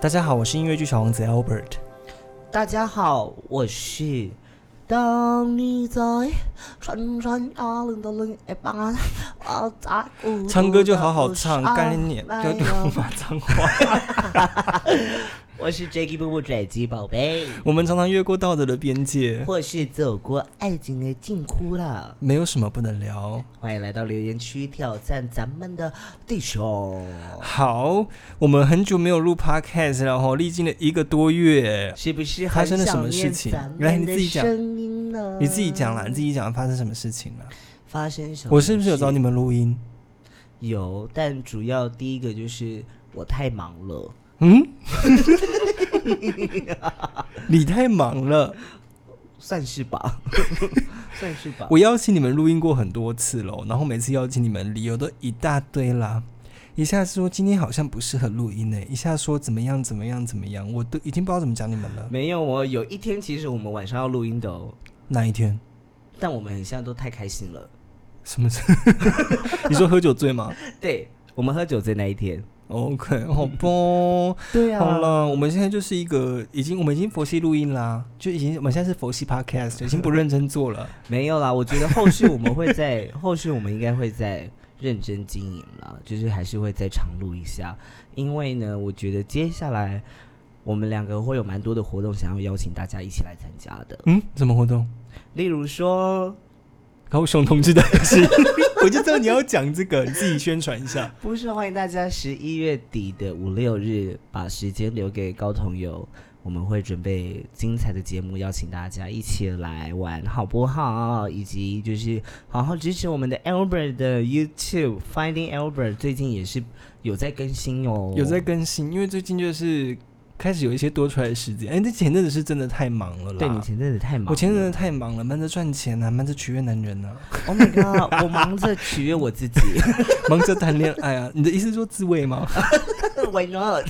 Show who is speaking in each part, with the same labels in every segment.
Speaker 1: 大家好，我是音乐剧小王子 Albert。
Speaker 2: 大家好，我是当你在穿山压岭的另一半，我在孤独
Speaker 1: 唱歌就
Speaker 2: 的
Speaker 1: 好好
Speaker 2: 路
Speaker 1: 唱，
Speaker 2: 上
Speaker 1: 概念
Speaker 2: 没
Speaker 1: 就
Speaker 2: 有
Speaker 1: 不骂脏话。
Speaker 2: 我是 Jacky 布布拽鸡宝贝，
Speaker 1: 我们常常越过道德的边界，
Speaker 2: 或是走过爱情的禁khu了。
Speaker 1: 没有什么不能聊。
Speaker 2: 欢迎来到留言区挑战咱们的弟兄，
Speaker 1: 好，我们很久没有录 podcast 了哈，历经了一个多月，
Speaker 2: 是不是
Speaker 1: 发
Speaker 2: 很
Speaker 1: 生了什
Speaker 2: 想
Speaker 1: 么事
Speaker 2: 念
Speaker 1: 情
Speaker 2: 咱们
Speaker 1: 来你
Speaker 2: 的
Speaker 1: 自己讲
Speaker 2: 声音呢？
Speaker 1: 你自己讲啦，你自己讲发生什么事情了？
Speaker 2: 发生什么？
Speaker 1: 我是不是有找你
Speaker 2: 们？
Speaker 1: 们录音？
Speaker 2: 有，但主要第一个就是我太忙了。
Speaker 1: 嗯， 你太忙了，
Speaker 2: 算 是吧，算是吧。
Speaker 1: 我邀请你们录音过很多次了，然后每次邀请你们理由都一大堆啦，一下说今天好像不适合录音呢、一下说怎么样怎么样怎么样，我都已经不知道怎么讲你们了。
Speaker 2: 没有哦，有一天其实我们晚上要录音的哦，
Speaker 1: 哪一天？
Speaker 2: 但我们很像都太开心了。
Speaker 1: 什么事？ 你说喝酒醉吗
Speaker 2: 对，我们喝酒醉那一天。
Speaker 1: ？OK，好吧。
Speaker 2: 对啊
Speaker 1: 好了，我们现在就是一个已经我们已经佛系录音啦，就已经我们现在是佛系 podcast，已经不认真做了。
Speaker 2: 没有啦，我觉得后续我们会在，后续我们应该会在认真经营啦，就是还是会再常录一下，因为呢，我觉得接下来我们两个会有蛮多的活动想要邀请大家一起来参加的，
Speaker 1: 嗯，什么活动？
Speaker 2: 例如说，
Speaker 1: 高雄同志大戏， 我就知道你要讲这个，你自己宣传一下。
Speaker 2: 不是，欢迎大家十一月底的五六日把时间留给高同友，我们会准备精彩的节目，邀请大家一起来玩，好不好？以及就是好好支持我们的 Albert 的 YouTube Finding Albert，最近也是有在更新哦，
Speaker 1: 有在更新，因为最近就是开始有一些多出来的时间。哎、这前阵子是真的太忙了啦。
Speaker 2: 对你前阵子太忙了，
Speaker 1: 我前阵子太忙了，忙着赚钱啊，忙着取悦男人啊，
Speaker 2: Oh my god，我忙着取悦我自己
Speaker 1: 忙着谈恋爱啊。你的意思是说自慰吗？
Speaker 2: ，Why not？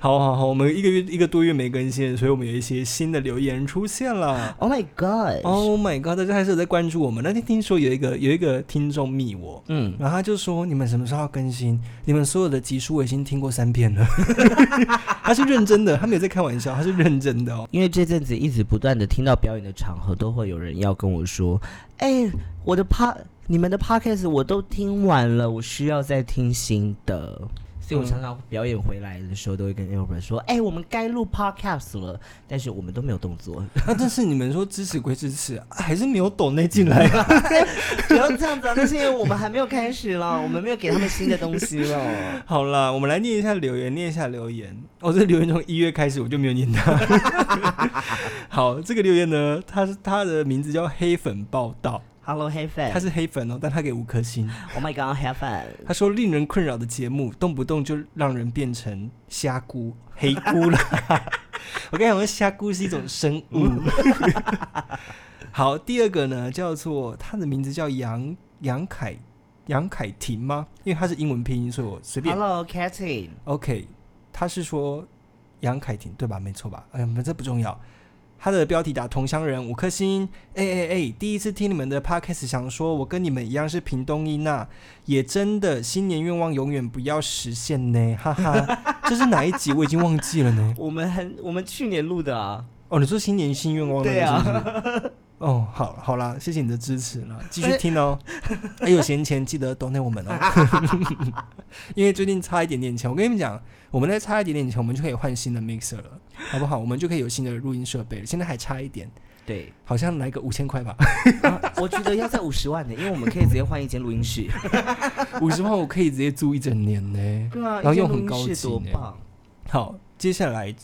Speaker 1: 好好好，我们一个月一个多月没更新，所以我们有一些新的留言出现 了。
Speaker 2: Oh my god，、
Speaker 1: Oh my god！大家还是有在关注我们。那天听说有一个有一个听众密我，
Speaker 2: 嗯，
Speaker 1: 然后他就说：“你们什么时候要更新？你们所有的集数我已经听过三遍了。” 他是认真的，他没有在开玩笑，他是认真的哦。
Speaker 2: 因为这阵子一直不断的听到表演的场合，都会有人要跟我说：“哎、我的 p 你们的 podcast 我都听完了，我需要再听新的。”所
Speaker 1: 嗯
Speaker 2: 以我常常表演回来的时候，都会跟 Albert 说：“哎、我们该录 podcast 了，但是我们都没有动作。
Speaker 1: 那、但是你们说支持归支持，啊还是没有抖内进来。啊
Speaker 2: 不要这样子、啊，那是因为我们还没有开始了，我们没有给他们新的东西了。
Speaker 1: 好啦，我们来念一下留言，念一下留言。哦，这留言从一月开始我就没有念它。 好，这个留言呢，他是他的名字叫黑粉报道，
Speaker 2: ”Hello，黑粉
Speaker 1: 他是黑粉哦，但他给五颗星。
Speaker 2: ，Oh my God，黑粉，
Speaker 1: 他说令人困扰的节目，动不动就让人变成虾姑、黑姑了。 我跟你讲，虾姑是一种生物。 好，第二个呢，叫做他的名字叫杨杨凯杨凯婷吗？因为他是英文拼音，所以我随便。
Speaker 2: Hello，Cathy，
Speaker 1: OK，他是说杨凯婷对吧？没错吧？哎呀，这不重要。他的标题打“同乡人”，五颗星。哎哎哎！第一次听你们的 podcast，想说我跟你们一样是屏东一娜，也真的新年愿望永远不要实现呢，哈哈。这是哪一集？我已经忘记了呢。
Speaker 2: 我们很，我们去年录的啊，
Speaker 1: 哦，你说新年新愿望那
Speaker 2: 对
Speaker 1: 个
Speaker 2: 啊
Speaker 1: 是不是？哦，好，好啦，谢谢你的支持 啦，继续听哦。还有闲钱记得 donate 我们哦， 因为最近差一点点钱，我跟你们讲，我们再差一点点钱，我们就可以换新的 mixer 了，好不好？我们就可以有新的录音设备了。现在还差一点，
Speaker 2: 对。
Speaker 1: 好像来个五千块 吧，
Speaker 2: 啊我觉得要在五十万的，因为我们可以直接换一间录音室。
Speaker 1: 五十万我可以直接租一整年呢。
Speaker 2: 对啊
Speaker 1: 然后又很高级呢
Speaker 2: 多棒！
Speaker 1: 好，接下来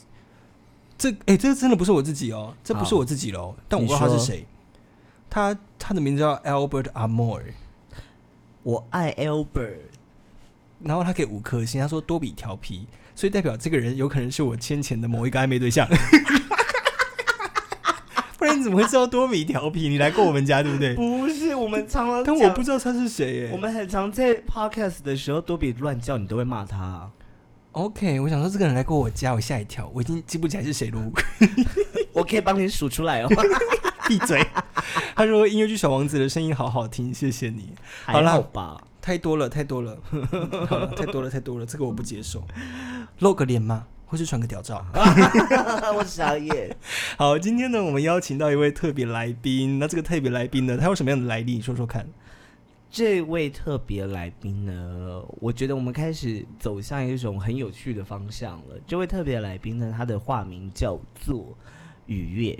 Speaker 1: 这哎、这真的不是我自己哦，这不是
Speaker 2: 好
Speaker 1: 我自己喽，但我不知道
Speaker 2: 你
Speaker 1: 他
Speaker 2: 说
Speaker 1: 是谁，他他的名字叫 Albert Amor。
Speaker 2: 我爱 Albert，
Speaker 1: 然后他给五颗星，他说多比调皮，所以代表这个人有可能是我先前的某一个暧昧对象。 不然你怎么会知道多米调皮？你来过我们家对不对？
Speaker 2: 不是，我们常常
Speaker 1: 但我
Speaker 2: 讲
Speaker 1: 不知道他是谁耶。
Speaker 2: 我们很常在 podcast 的时候，多比乱叫，你都会骂他。啊
Speaker 1: OK，我想说这个人来过我家，我吓一跳，我已经记不起来是谁了。
Speaker 2: 我可以帮你数出来哦。
Speaker 1: 闭嘴！他说音乐剧《小王子》的声音好好听，谢谢你。好啦
Speaker 2: 还 吧，
Speaker 1: 太多了，太多了， 嗯好了，太多了，太多了，这个我不接受。露个脸吗？或是传个屌照？
Speaker 2: 我傻眼。
Speaker 1: 好，今天呢，我们邀请到一位特别来宾。那这个特别来宾呢，他有什么样的来历？你说说 看。
Speaker 2: 这位特别来宾呢，我觉得我们开始走向一种很有趣的方向了。这位特别来宾呢，他的化名叫做雨月，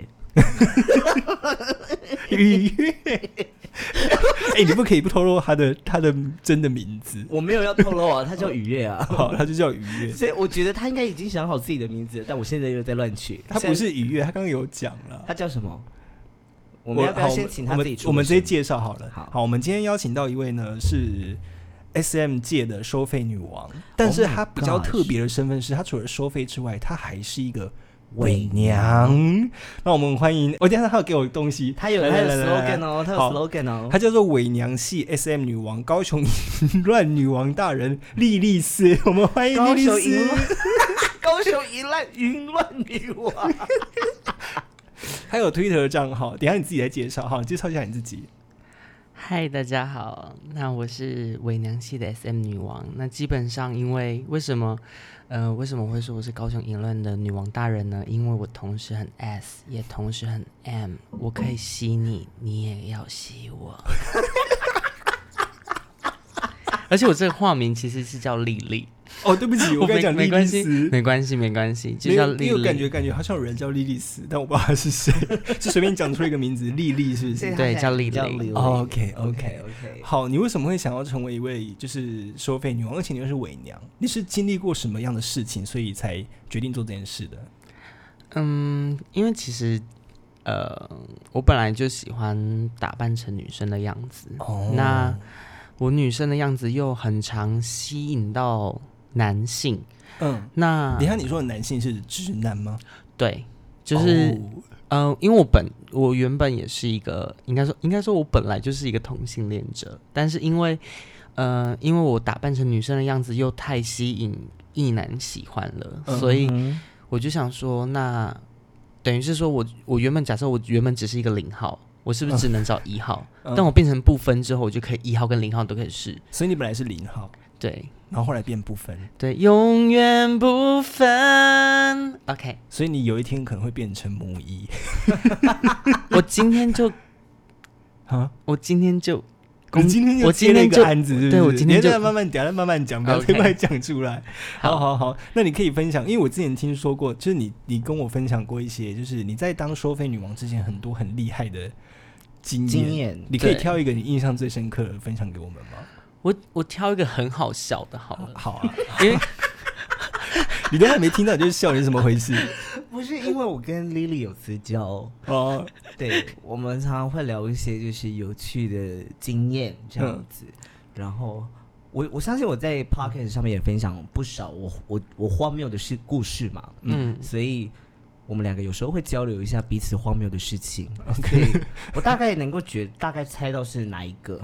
Speaker 1: 愉悦。哎、你不可以不透露他的他的真的名字。
Speaker 2: 我没有要透露啊，他叫雨月 啊。
Speaker 1: 好，他就叫愉 悦。
Speaker 2: 所以我觉得他应该已经想好自己的名字了，但我现在又在乱取。
Speaker 1: 他不是愉悦，他刚刚有讲了。
Speaker 2: 他叫什么？我们要不要
Speaker 1: 好
Speaker 2: 先请他
Speaker 1: 我
Speaker 2: 自
Speaker 1: 们
Speaker 2: 己出
Speaker 1: 我们直接
Speaker 2: 声
Speaker 1: 介绍好了。
Speaker 2: 好
Speaker 1: 我们今天邀请到一位呢是 S M 界的收费女王，但是
Speaker 2: Oh my
Speaker 1: 她比较
Speaker 2: gosh
Speaker 1: 特别的身份是，她除了收费之外，她还是一个伪
Speaker 2: 伪
Speaker 1: 娘。那我们欢迎，我、哦、等一下她有给我东西，
Speaker 2: 他有
Speaker 1: 来
Speaker 2: 他有
Speaker 1: 来来来来
Speaker 2: slogan 哦，他有
Speaker 1: 好
Speaker 2: slogan 哦。
Speaker 1: 她叫做伪娘系 S M 女王，高雄淫乱女王大人莉莉丝，我们欢迎
Speaker 2: 高
Speaker 1: 莉莉
Speaker 2: 雄淫
Speaker 1: 丝。
Speaker 2: 乱，高雄淫乱淫乱女王。
Speaker 1: 她有 Twitter 的账号，等一下你自己来介绍哈，介绍一下你自己。
Speaker 3: 嗨，大家好，那我是伪娘系的 SM 女王。那基本上，因为为什么，呃，为什么会说我是高雄淫乱的女王大人呢？因为我同时很 S，也同时很 M，我可以吸你，你也要吸我。 而且我这个化名其实是叫丽丽，
Speaker 1: 哦，对不 起，我刚才
Speaker 3: 没
Speaker 1: 讲莉
Speaker 3: 没
Speaker 1: 莉
Speaker 3: 关系，
Speaker 1: 丝。
Speaker 3: 没关系，没关系，就
Speaker 1: 没
Speaker 3: 叫
Speaker 1: 有，你
Speaker 3: 丽
Speaker 1: 有感
Speaker 3: 丽
Speaker 1: 觉，感觉好像有人叫莉莉丝，但我不知道她是谁， 就随便讲出一个名字，莉莉是不是
Speaker 3: 对叫丽
Speaker 2: 叫
Speaker 3: 丽
Speaker 2: 丽
Speaker 1: OK，OK
Speaker 2: OK。
Speaker 1: 好，你为什么会想要成为一位就是收费女王，而且你又是伪娘？你是经历过什么样的事情，所以才决定做这件事的？
Speaker 3: 嗯，因为其实，呃，我本来就喜欢打扮成女生的样子。
Speaker 1: 哦
Speaker 3: 那我女生的样子又很常吸引到男性，
Speaker 1: 嗯，
Speaker 3: 那
Speaker 1: 等一下你说的男性是直男吗？
Speaker 3: 对，就是、
Speaker 1: 哦
Speaker 3: 呃，因为我本我原本也是一个，应该说应该说我本来就是一个同性恋者，但是因为呃，因为我打扮成女生的样子又太吸引异男喜欢了，
Speaker 1: 嗯
Speaker 3: 所以
Speaker 2: 嗯
Speaker 3: 我就想说，那等于是说我我原本假设我原本只是一个零号，我是不是只能找一号？
Speaker 1: 嗯
Speaker 3: 但我变成不分之后，我就可以一号跟零号都可以试，
Speaker 1: 所以你本来是零号，
Speaker 3: 对。
Speaker 1: 然后后来变不分，
Speaker 3: 对，永远不分。OK，
Speaker 1: 所以你有一天可能会变成母一
Speaker 3: 我今天就，
Speaker 1: 啊。
Speaker 3: 我今天就，
Speaker 1: 你今天就
Speaker 3: 我
Speaker 1: 接
Speaker 3: 今
Speaker 1: 了一
Speaker 3: 天
Speaker 1: 个
Speaker 3: 就
Speaker 1: 案子是不是，
Speaker 3: 对我今天
Speaker 1: 你再
Speaker 3: 就
Speaker 1: 慢慢讲，再慢慢讲，不要太
Speaker 3: OK
Speaker 1: 快讲出来。好
Speaker 3: 好，
Speaker 1: 好好，那你可以分享，因为我之前听说过，就是你你跟我分享过一些，就是你在当收费女王之前很多很厉害的经验，
Speaker 2: 经验
Speaker 1: 你可以
Speaker 3: 对
Speaker 1: 挑一个你印象最深刻的分享给我们吗？
Speaker 3: 我我挑一个很好笑的好了，
Speaker 1: 好啊，
Speaker 3: 因为
Speaker 1: 你都还没听到你就笑，你是怎么回事？
Speaker 2: 不是因为我跟 Lily 有私交，
Speaker 1: 哦，
Speaker 2: 对我们常常会聊一些就是有趣的经验这
Speaker 3: 嗯
Speaker 2: 样子，然后。我我相信我在 p o c k e t 上面也分享不少我我我荒谬的事故事嘛，
Speaker 3: 嗯，
Speaker 2: 所以我们两个有时候会交流一下彼此荒谬的事情。OK，我大概能够觉大概猜到是哪一个。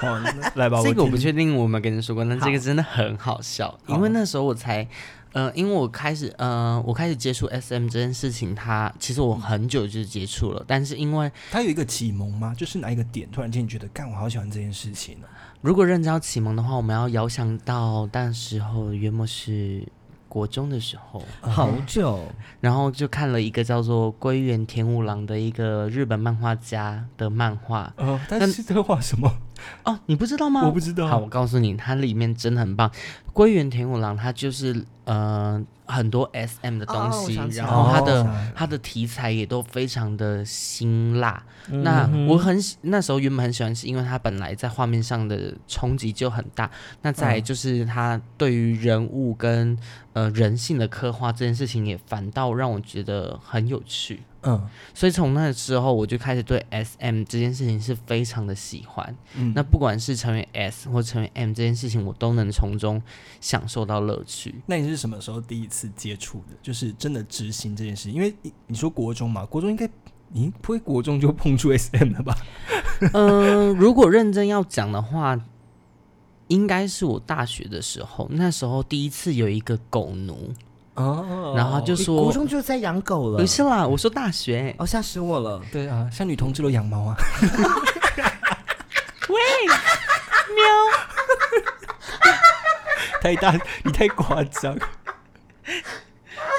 Speaker 1: 好，那来吧，
Speaker 3: 这个我
Speaker 1: 听
Speaker 3: 不确定我有没有跟你说过，但这
Speaker 2: 好
Speaker 3: 个真的很好笑，因为那时候我才，呃，因为我开始，呃，我开始接触 SM 这件事情，它其实我很久就接触了，但是因为
Speaker 1: 它有一个启蒙吗？就是哪一个点突然间你觉得，干，我好喜欢这件事情啊呢、
Speaker 3: 如果认真要启蒙的话，我们要遥想到那时候约莫是国中的时候。
Speaker 2: 好久，
Speaker 3: 然后就看了一个叫做龟原田五郎的一个日本漫画家的漫画
Speaker 1: 哦，但
Speaker 3: 但
Speaker 1: 是这画什么？
Speaker 3: 哦，你不知道吗？
Speaker 1: 我不知道。
Speaker 3: 好，我告诉你，它里面真的很棒。龟原田五郎他就是呃很多 S M 的东
Speaker 2: 哦我
Speaker 3: 西，
Speaker 2: 想起来
Speaker 3: 然后他的、
Speaker 1: 哦
Speaker 3: 他的题材也都非常的辛辣。
Speaker 1: 嗯
Speaker 3: 那我很喜那时候原本很喜欢，是因为他本来在画面上的冲击就很大。那再来就是他对于人物跟呃人性的刻画这件事情，也反倒让我觉得很有趣。
Speaker 1: 嗯
Speaker 3: 所以从那之后，我就开始对 S M 这件事情是非常的喜欢。
Speaker 1: 嗯，
Speaker 3: 那不管是成为 S 或成为 M 这件事情，我都能从中享受到乐 趣。
Speaker 1: 那你是什么时候第一次接触的？就是真的执行这件事？因为你你说国中嘛，国中应该你不会国中就碰触 SM 了吧？
Speaker 3: 嗯、如果认真要讲的话，应该是我大学的时候，那时候第一次有一个狗奴，
Speaker 1: 哦
Speaker 3: 然后就
Speaker 2: 你
Speaker 3: 说
Speaker 2: 国中就在养狗了
Speaker 3: 不，是啦，我说大学，
Speaker 2: 哦，吓死我 了。
Speaker 1: 对啊，像女同志都养猫啊，
Speaker 3: 喂，
Speaker 1: 太大你太夸张。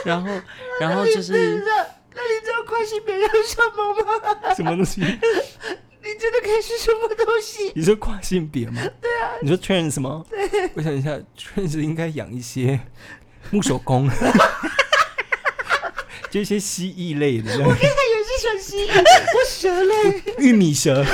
Speaker 3: 然后然后就是
Speaker 2: 那你知道快性别要什么吗？
Speaker 1: 什么东西？
Speaker 2: 你真的可以是什么东 西？
Speaker 1: 你说跨性别吗？ 对啊。你说 trans 吗？对。我想一下，trans 应该养一 些木手 工，就一些蜥蜴类的这样，
Speaker 2: 还有是小蜥蜴， 我蛇嘞。
Speaker 1: 玉米 蛇。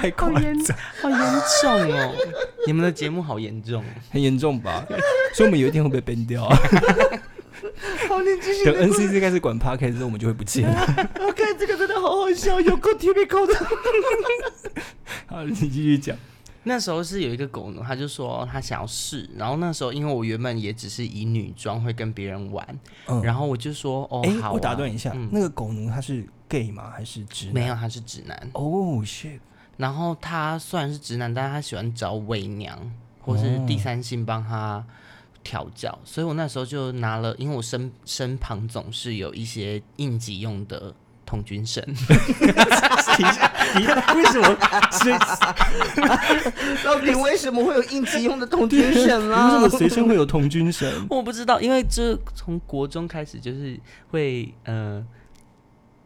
Speaker 1: 太夸张，
Speaker 3: 好严重哦，你们的节目好严重哦。
Speaker 1: 很严重吧？所以我们有一天会被 ban 掉 啊。
Speaker 2: 好，你继续
Speaker 1: 等 NCC 开始管 p a r k 之后，我们就会不见 了。
Speaker 2: 我看这个真的好好 笑，有够 typical 的。
Speaker 1: 好，你继续讲。
Speaker 3: 那时候是有一个狗奴，他就说他想要试，然后那时候因为我原本也只是以女装会跟别人玩，
Speaker 1: 嗯
Speaker 3: 然后我就说哦
Speaker 1: 哎、
Speaker 3: 好啊、
Speaker 1: 我打断一下，
Speaker 3: 嗯
Speaker 1: 那个狗奴他是 gay 吗？还是直男？
Speaker 3: 没有，他是直男。
Speaker 1: 哦、shit，
Speaker 3: 然后他虽然是直男，但是他喜欢找伪娘或是第三性帮他调教，所以我那时候就拿了，因为我身身旁总是有一些应急用的童军绳，
Speaker 1: 你为什么是？
Speaker 2: 到底为什么会有应急用的同啊军绳
Speaker 1: 你为什
Speaker 2: 啦
Speaker 1: 么？随身会有童军绳？
Speaker 3: 我不知道，因为这从国中开始就是会呃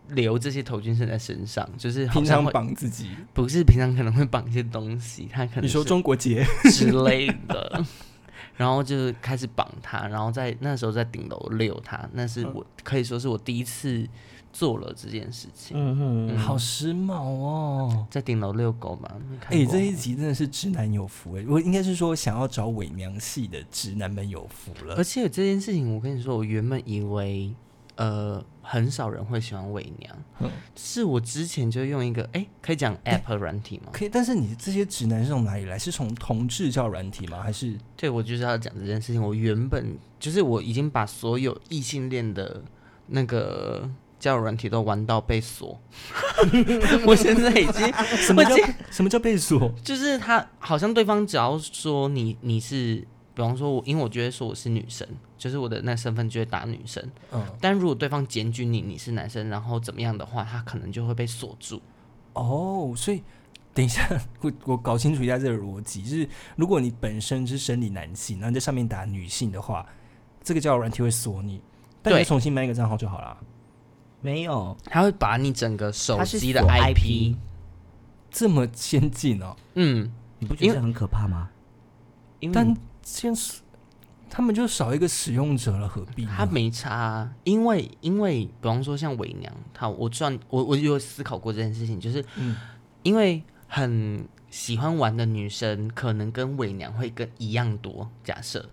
Speaker 3: 留这些头巾绳在身上，就是好
Speaker 1: 平
Speaker 3: 像
Speaker 1: 常
Speaker 3: 会
Speaker 1: 绑自己。
Speaker 3: 不是平常可能会绑一些东西，他可能
Speaker 1: 你说
Speaker 3: 是
Speaker 1: 中国结？
Speaker 3: 之类的， 然后就是开始绑它，然后在那时候在顶楼遛它，那是
Speaker 1: 嗯
Speaker 3: 我可以说是我第一次做了这件事情，
Speaker 2: 嗯
Speaker 3: 嗯
Speaker 1: 好时髦哦！
Speaker 3: 在顶楼遛狗嘛。你看
Speaker 1: 哎、
Speaker 3: 过
Speaker 1: 这一
Speaker 3: 吗
Speaker 1: 集真的是直男有福哎！我应该是说想要找伪娘系的直男们有福了
Speaker 3: 而。且这件事情，我跟你说，我原本以为呃很少人会喜欢伪娘，
Speaker 1: 嗯
Speaker 3: 是我之前就用一个哎、可以讲 app 软体吗？
Speaker 1: 可以，但是你这些直男是从哪里来？是从同志教软体吗？还是
Speaker 3: 对，我就是要讲这件事情。我原本就是我已经把所有异性恋的那个交友软体都玩到被锁， 我现在已经
Speaker 1: 什么叫什么叫被锁？
Speaker 3: 就是他好像对方只要说你你是，比方说我，因为我觉得说我是女生，就是我的那身份就会打女生。
Speaker 1: 嗯，
Speaker 3: 但如果对方检举你你是男生，然后怎么样的话，他可能就会被锁住。
Speaker 1: 哦，所以等一下，我我搞清楚一下这个逻辑，就是如果你本身是生理男性，然后你在上面打女性的话，这个交友软体会锁你，但你
Speaker 3: 对
Speaker 1: 就重新办一个账号就好啦。
Speaker 2: 没有，
Speaker 3: 他会把你整个手
Speaker 2: 它是
Speaker 3: 机的
Speaker 2: 锁
Speaker 3: IP，
Speaker 2: IP
Speaker 1: 这么先进哦，
Speaker 3: 嗯，
Speaker 2: 你不觉得这很可怕吗？
Speaker 3: 因为
Speaker 1: 但先他们就少一个使用者了，何必呢？
Speaker 3: 他没差、啊，因为因为比方说像伪娘，他我赚我我有思考过这件事情，就是
Speaker 1: 嗯
Speaker 3: 因为很喜欢玩的女生，可能跟伪娘会跟一样多。假设、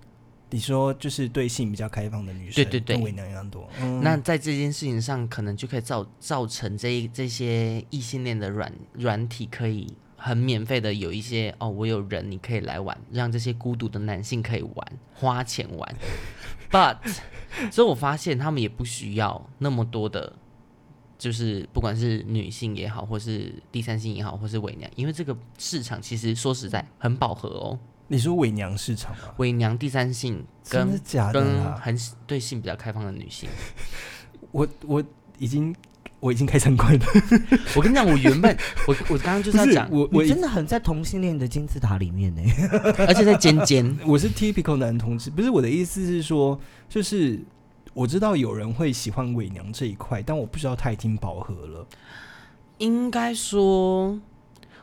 Speaker 1: 你说就是对性比较开放的女生，
Speaker 3: 对对对
Speaker 1: 跟伪娘一样多。嗯，
Speaker 3: 那在这件事情上，可能就可以造造成这一这些异性恋的软软体可以很免费的有一些哦，我有人你可以来玩，让这些孤独的男性可以玩，花钱 玩。But，所以我发现他们也不需要那么多的，就是不管是女性也好，或是第三性也好，或是伪娘，因为这个市场其实说实在很饱和哦。
Speaker 1: 你说伪娘市场吗？
Speaker 3: 伪娘、第三性
Speaker 1: 真的
Speaker 3: 跟
Speaker 1: 假的
Speaker 3: 跟
Speaker 1: 啦？
Speaker 3: 很对性比较开放的女性，
Speaker 1: 我我已经我已经开三关了，
Speaker 3: 我跟你讲，我原 本我我刚刚就是要
Speaker 1: 不是
Speaker 3: 讲，
Speaker 1: 我我
Speaker 2: 你真的很在同性恋的金字塔里面呢。
Speaker 3: 而且在尖尖，
Speaker 1: 我是 typical 男同志，不是我的意思是说，就是我知道有人会喜欢伪娘这一块，但我不知道他已经饱和了。
Speaker 3: 应该说，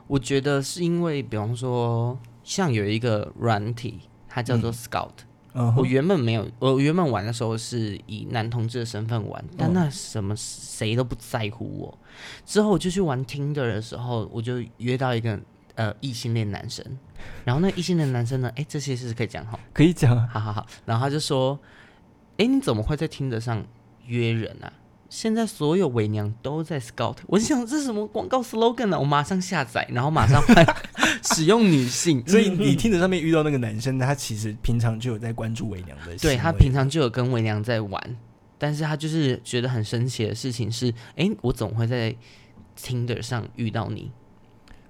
Speaker 3: 我觉得是因为，比方说，像有一个软体，它叫做 Scout，、
Speaker 1: 嗯
Speaker 3: 我
Speaker 1: 哼，
Speaker 3: 原本没有，我原本玩的时候是以男同志的身份玩，但那什么谁都不在乎我。之后我就去玩 Tinder 的时候，我就约到一个呃异性恋男生，然后那个异性恋男生呢，哎，这些是可以讲哈，
Speaker 1: 可以讲 啊，
Speaker 3: 好好好，然后他就说，哎，你怎么会在听得上约人啊？现在所有伪娘都在 Scout，我就想这是什么广告 slogan 啊呢、我马上下载，然后马上换 使用女性，
Speaker 1: 所以你听着上面遇到那个男生，他其实平常就有在关注伪娘的行为，
Speaker 3: 对他平常就有跟伪娘在玩，但是他就是觉得很神奇的事情是，哎、我总会在 Tinder 上遇到你，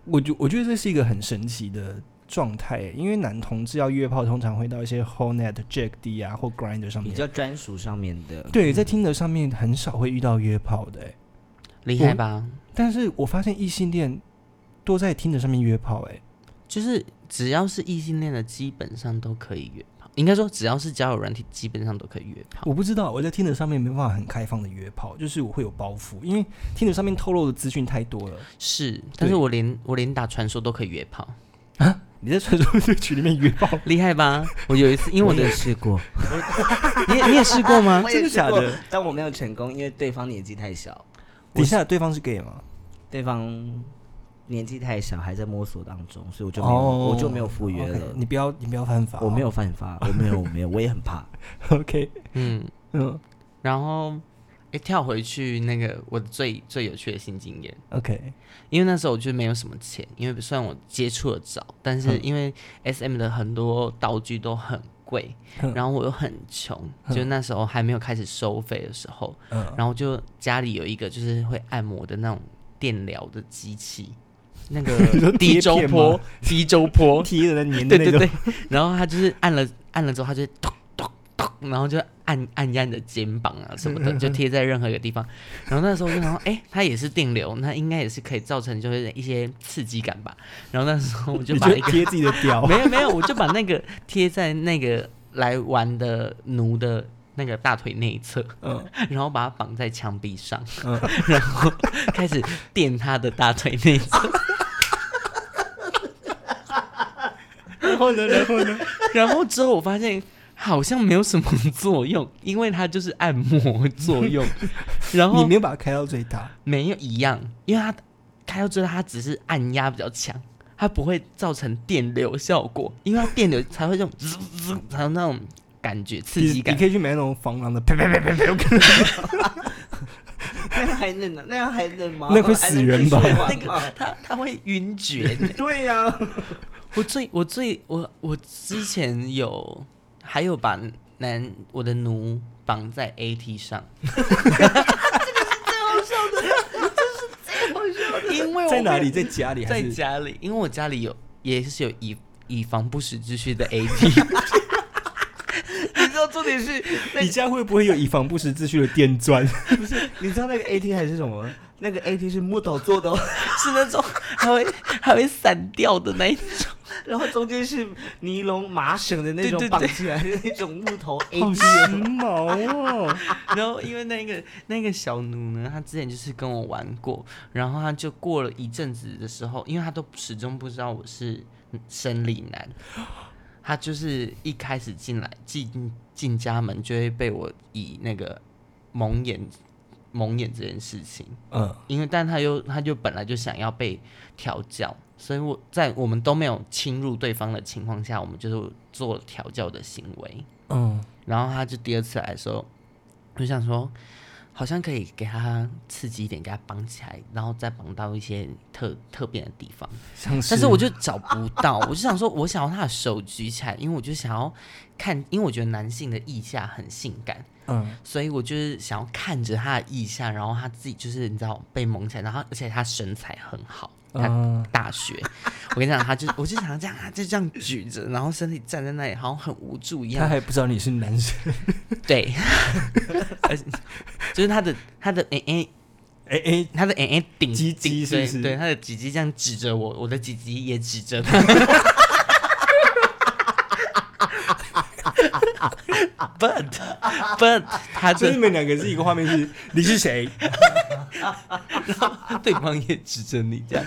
Speaker 1: 我觉我觉得这是一个很神奇的状态，因为男同志要约炮，通常会到一些 Hornet、Jack D 啊或 Grinder 上
Speaker 2: 比
Speaker 1: 面。
Speaker 2: 较专属上面 的，
Speaker 1: 对，在听的上面很少会遇到约炮的、欸，
Speaker 3: 厉
Speaker 1: 我
Speaker 3: 害吧？
Speaker 1: 但是我发现异性恋多在听的上面约炮、欸，
Speaker 3: 就是只要是异性恋的，基本上都可以约炮。应该说，只要是交友软体，基本上都可以约炮。
Speaker 1: 我不知道我在听的上面没办法很开放的约炮，就是我会有包袱，因为听的上面透露的资讯太多了。
Speaker 3: 是，但是我连我连打传说都可以约炮，
Speaker 1: 你在传说对局里面约炮，
Speaker 3: 厉害吧？我有一次，因为我
Speaker 2: 我啊
Speaker 3: 的
Speaker 2: 也试过，
Speaker 3: 你也你也试过吗？
Speaker 2: 我
Speaker 1: 真
Speaker 2: 也
Speaker 1: 的
Speaker 2: 试
Speaker 1: 假
Speaker 2: 过
Speaker 1: 的？
Speaker 2: 但我没有成功，因为对方年纪太小，
Speaker 1: 底下对方是 gay 吗？
Speaker 2: 对方年纪太小，还在摸索当中，所以我就没有，我就没有赴约
Speaker 1: 哦 OK，
Speaker 2: 了。
Speaker 1: 你不要，你不要犯法、哦
Speaker 2: 我没。有犯法，我没有，我没有，我也很 怕。
Speaker 1: OK，
Speaker 3: 嗯，
Speaker 1: 嗯
Speaker 3: 然后诶，跳回去那个我的最最有趣的新经验，
Speaker 1: ，OK，
Speaker 3: 因为那时候我就没有什么钱，因为虽然我接触的早，但是因为 S M 的很多道具都很贵，
Speaker 1: 嗯
Speaker 3: 然后我又很穷，
Speaker 1: 嗯
Speaker 3: 就那时候还没有开始收费的时候，
Speaker 1: 嗯，
Speaker 3: 然后就家里有一个就是会按摩的那种电疗的机器，那个
Speaker 1: 你说贴
Speaker 3: 低周
Speaker 1: 片
Speaker 3: 波
Speaker 1: 吗，
Speaker 3: 低周波，
Speaker 2: E
Speaker 1: 贴的那粘的
Speaker 3: 对
Speaker 1: 那
Speaker 3: 对
Speaker 1: 种，
Speaker 3: 对，然后他就是按了按了之后，他就咚咚咚，然后就按按压你的肩膀啊什么的，就贴在任何一个地方。然后那时候我就想说，哎、它也是电流，那应该也是可以造成就是一些刺激感吧。然后那时候我就
Speaker 1: 你
Speaker 3: 把一
Speaker 1: 就
Speaker 3: 个。
Speaker 1: 贴自己的屌
Speaker 3: 没有没有，我就把那个贴在那个来玩的奴的。那个大腿内侧，
Speaker 1: 嗯
Speaker 3: 然后把它绑在墙壁上，
Speaker 1: 嗯
Speaker 3: 然后开始电他的大腿内侧，
Speaker 1: 然后呢，然后呢？
Speaker 3: 然后之后我发现好像没有什么作用，因为它就是按摩 作用，然
Speaker 1: 你
Speaker 3: 后
Speaker 1: 没有把它开到最大，
Speaker 3: 没有一样，因为它它要知道它只是按压比较强。它不会造成电流效果，因为它电流才会这种滋滋，才有那种感觉刺
Speaker 1: 你
Speaker 3: 激
Speaker 1: 你
Speaker 3: 感
Speaker 1: 可。以去买那种防狼的，啪啪啪啪啪，
Speaker 2: 那样还能呢？那样还能吗
Speaker 1: 那会死人吧
Speaker 3: 那个 它它会 晕厥。
Speaker 1: 对呀、
Speaker 3: 我最我最我我之前有还有把男我的奴绑在 AT 上，因为我
Speaker 1: 在哪
Speaker 3: 会
Speaker 1: 里？在家里还
Speaker 3: 在
Speaker 1: 是？
Speaker 3: 家里，因为我家里有也是有以以防不时之需的 AT，
Speaker 2: 你知道重点是，
Speaker 1: 你家会不会有以防不时之需的电 钻？
Speaker 2: 不是？你知道那个 AT 还是什么？那个 AT 是木头做的哦，
Speaker 3: 是那种还会还会散掉的那一种。
Speaker 2: 然后中间是尼龙麻绳的那
Speaker 3: 对
Speaker 2: 种
Speaker 3: 对对
Speaker 2: 绑起来的那种木 头
Speaker 1: 好
Speaker 2: AT
Speaker 1: 时 髦
Speaker 3: 啊
Speaker 1: 哦！
Speaker 3: 然后因为那个那个小奴呢，他之前就是跟我玩过，然后他就过了一阵子的时候，因为他都始终不知道我是生理男，他就是一开始进来进进家门就会被我以那个蒙眼蒙眼这件事情。
Speaker 1: 嗯，
Speaker 3: 因为但他又他就本来就想要被调教，所以我在我们都没有侵入对方的情况下，我们就是做调教的行为。
Speaker 1: 嗯，
Speaker 3: 然后他就第二次来的时候，我就想说，好像可以给他刺激一点，给他绑起来，然后再绑到一些特特别的地方。
Speaker 1: 像是，
Speaker 3: 但是我就找不到， 我就想说，我想要他的手举起来，因为我就想要看，因为我觉得男性的腋下很性感。
Speaker 1: 嗯，
Speaker 3: 所以我就是想要看着他的意向，然后他自己就是你知道被蒙起来，然后而且他身材很好，他
Speaker 1: 嗯，
Speaker 3: 大学，我跟你讲，他就我就想要这样，他就这样举着，然后身体站在那里，好像很无助一
Speaker 1: 他
Speaker 3: 样。
Speaker 1: 还不知道你是男生。
Speaker 3: 对， 而且就是他的他的诶诶，
Speaker 1: 哎哎，
Speaker 3: 他的诶诶顶
Speaker 1: 鸡鸡
Speaker 3: 顶
Speaker 1: 是不是
Speaker 3: 对对，他的鸡鸡这样指着我，我的鸡鸡也指着 他。but but 他
Speaker 1: 所
Speaker 3: 的
Speaker 1: 以你们两个是一个画面是， 你是谁？
Speaker 3: 对方也指着你这样，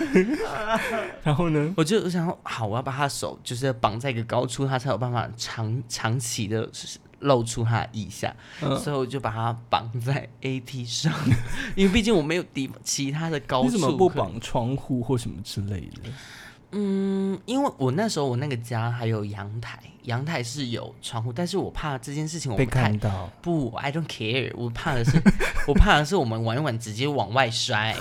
Speaker 1: 然后呢？
Speaker 3: 我就想说好，我要把他的手就是绑在一个高处，他才有办法长长期的露出他的腋下，
Speaker 1: 嗯
Speaker 3: 所以我就把他绑在 AT 上， 因为毕竟我没有地方其他的高处可以。
Speaker 1: 你怎么不绑窗户或什么之类的？
Speaker 3: 嗯，因为我那时候我那个家还有阳台，阳台是有窗户，但是我怕这件事情我
Speaker 1: 被
Speaker 3: 不太
Speaker 1: 看到，
Speaker 3: 不，I don't care，我怕的是我怕的是我们玩一玩直接往 外摔。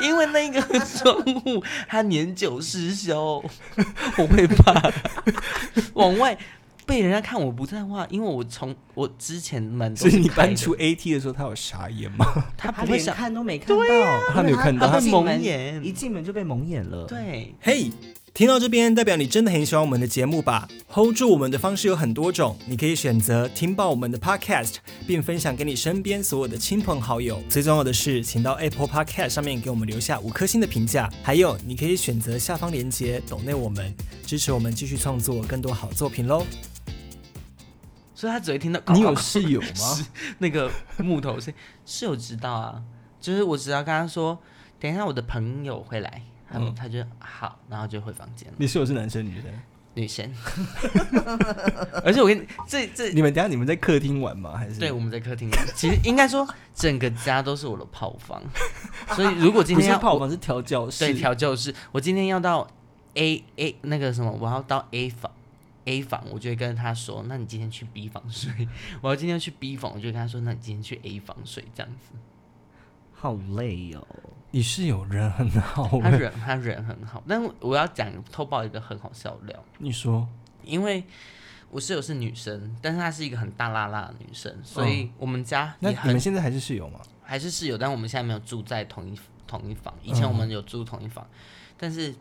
Speaker 3: 因为那个窗户它年久失修，我会怕往外被人家看我不在话，因为我从我之前门都
Speaker 1: 所
Speaker 3: 是
Speaker 1: 以你
Speaker 3: 开
Speaker 1: 搬
Speaker 3: 的
Speaker 1: 出 AT 的时候，他有傻眼 吗？
Speaker 3: 他
Speaker 2: 他
Speaker 3: 不会
Speaker 2: 连
Speaker 3: 想
Speaker 2: 看都没看到，因为
Speaker 1: 他没有看到
Speaker 3: 他
Speaker 2: 进
Speaker 3: 蒙
Speaker 2: 门
Speaker 3: 眼
Speaker 2: 一进门就被蒙眼了。，
Speaker 3: 对，
Speaker 1: 嘿听到这边，代表你真的很喜欢我们的节目吧？Hold 住我们的方式有很多种，你可以选择听爆我们的 Podcast，并分享给你身边所有的亲朋好友。最重要的是，请到 Apple Podcast 上面给我们留下五颗星的评价。还有，你可以选择下方链接抖内我们，支持我们继续创作更多好作品喽。
Speaker 3: 所以他只会听到。
Speaker 1: 你
Speaker 3: 搞
Speaker 1: 有
Speaker 3: 搞搞
Speaker 1: 室友
Speaker 3: 是
Speaker 1: 吗？
Speaker 3: 那个木头是室友知道啊，就是我只要跟他说，等一下我的朋友会来，他们、
Speaker 1: 嗯
Speaker 3: 他就好，然后就回房间了。
Speaker 1: 你室友是男生女生？
Speaker 3: 女 生，而且我跟你这这
Speaker 1: 你们等下你们在客厅玩吗？还是
Speaker 3: 对我们在客厅，其实应该说整个家都是我的炮 房，所以如果今
Speaker 1: 不
Speaker 3: 天
Speaker 1: 是
Speaker 3: 要
Speaker 1: 泡
Speaker 3: 我
Speaker 1: 房是调教室？
Speaker 3: 对调就是我今天要到 A A 那个什么，我要到 A 房。A 房，我就会跟他说：“那你今天去 B 房睡。” 我要今天去 B 房，我就会跟他说：“那你今天去 A 房睡。”这样子，
Speaker 2: 好累哦。
Speaker 1: 你室友人很好欸
Speaker 3: 他人他人很好，但我我要讲偷爆一个很好笑的料，
Speaker 1: 你说
Speaker 3: 因为我室友是女生，但是她是一个很大辣辣的女生，所以我们家
Speaker 1: 那
Speaker 3: 也
Speaker 1: 你
Speaker 3: 很、
Speaker 1: 们现在还是室友吗？
Speaker 3: 还是室友，但我们现在没有住在同一同一房，以前我
Speaker 1: 嗯
Speaker 3: 们有住同一房，但是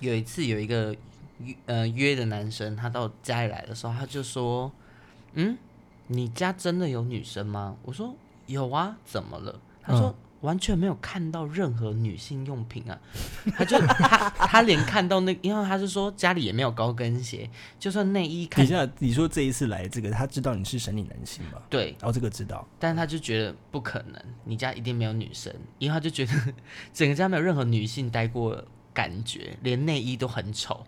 Speaker 3: 有一次有一个约呃约的男生，他到家里来的时候，他就说：“嗯，你家真的有女生吗？”我说：“有啊，怎么了？”他说。
Speaker 1: 嗯
Speaker 3: 完全没有看到任何女性用品啊，他就他他连看到那个，因为他是说家里也没有高跟鞋，就算内衣
Speaker 1: 等
Speaker 3: 看
Speaker 1: 一下，你说这一次来这个，他知道你是生理男性吗？
Speaker 3: 对，
Speaker 1: 哦，这个知道。。
Speaker 3: 但他就觉得不可能，你家一定没有女生，因为他就觉得 整个家没有任何女性待过的感觉，连内衣都很丑，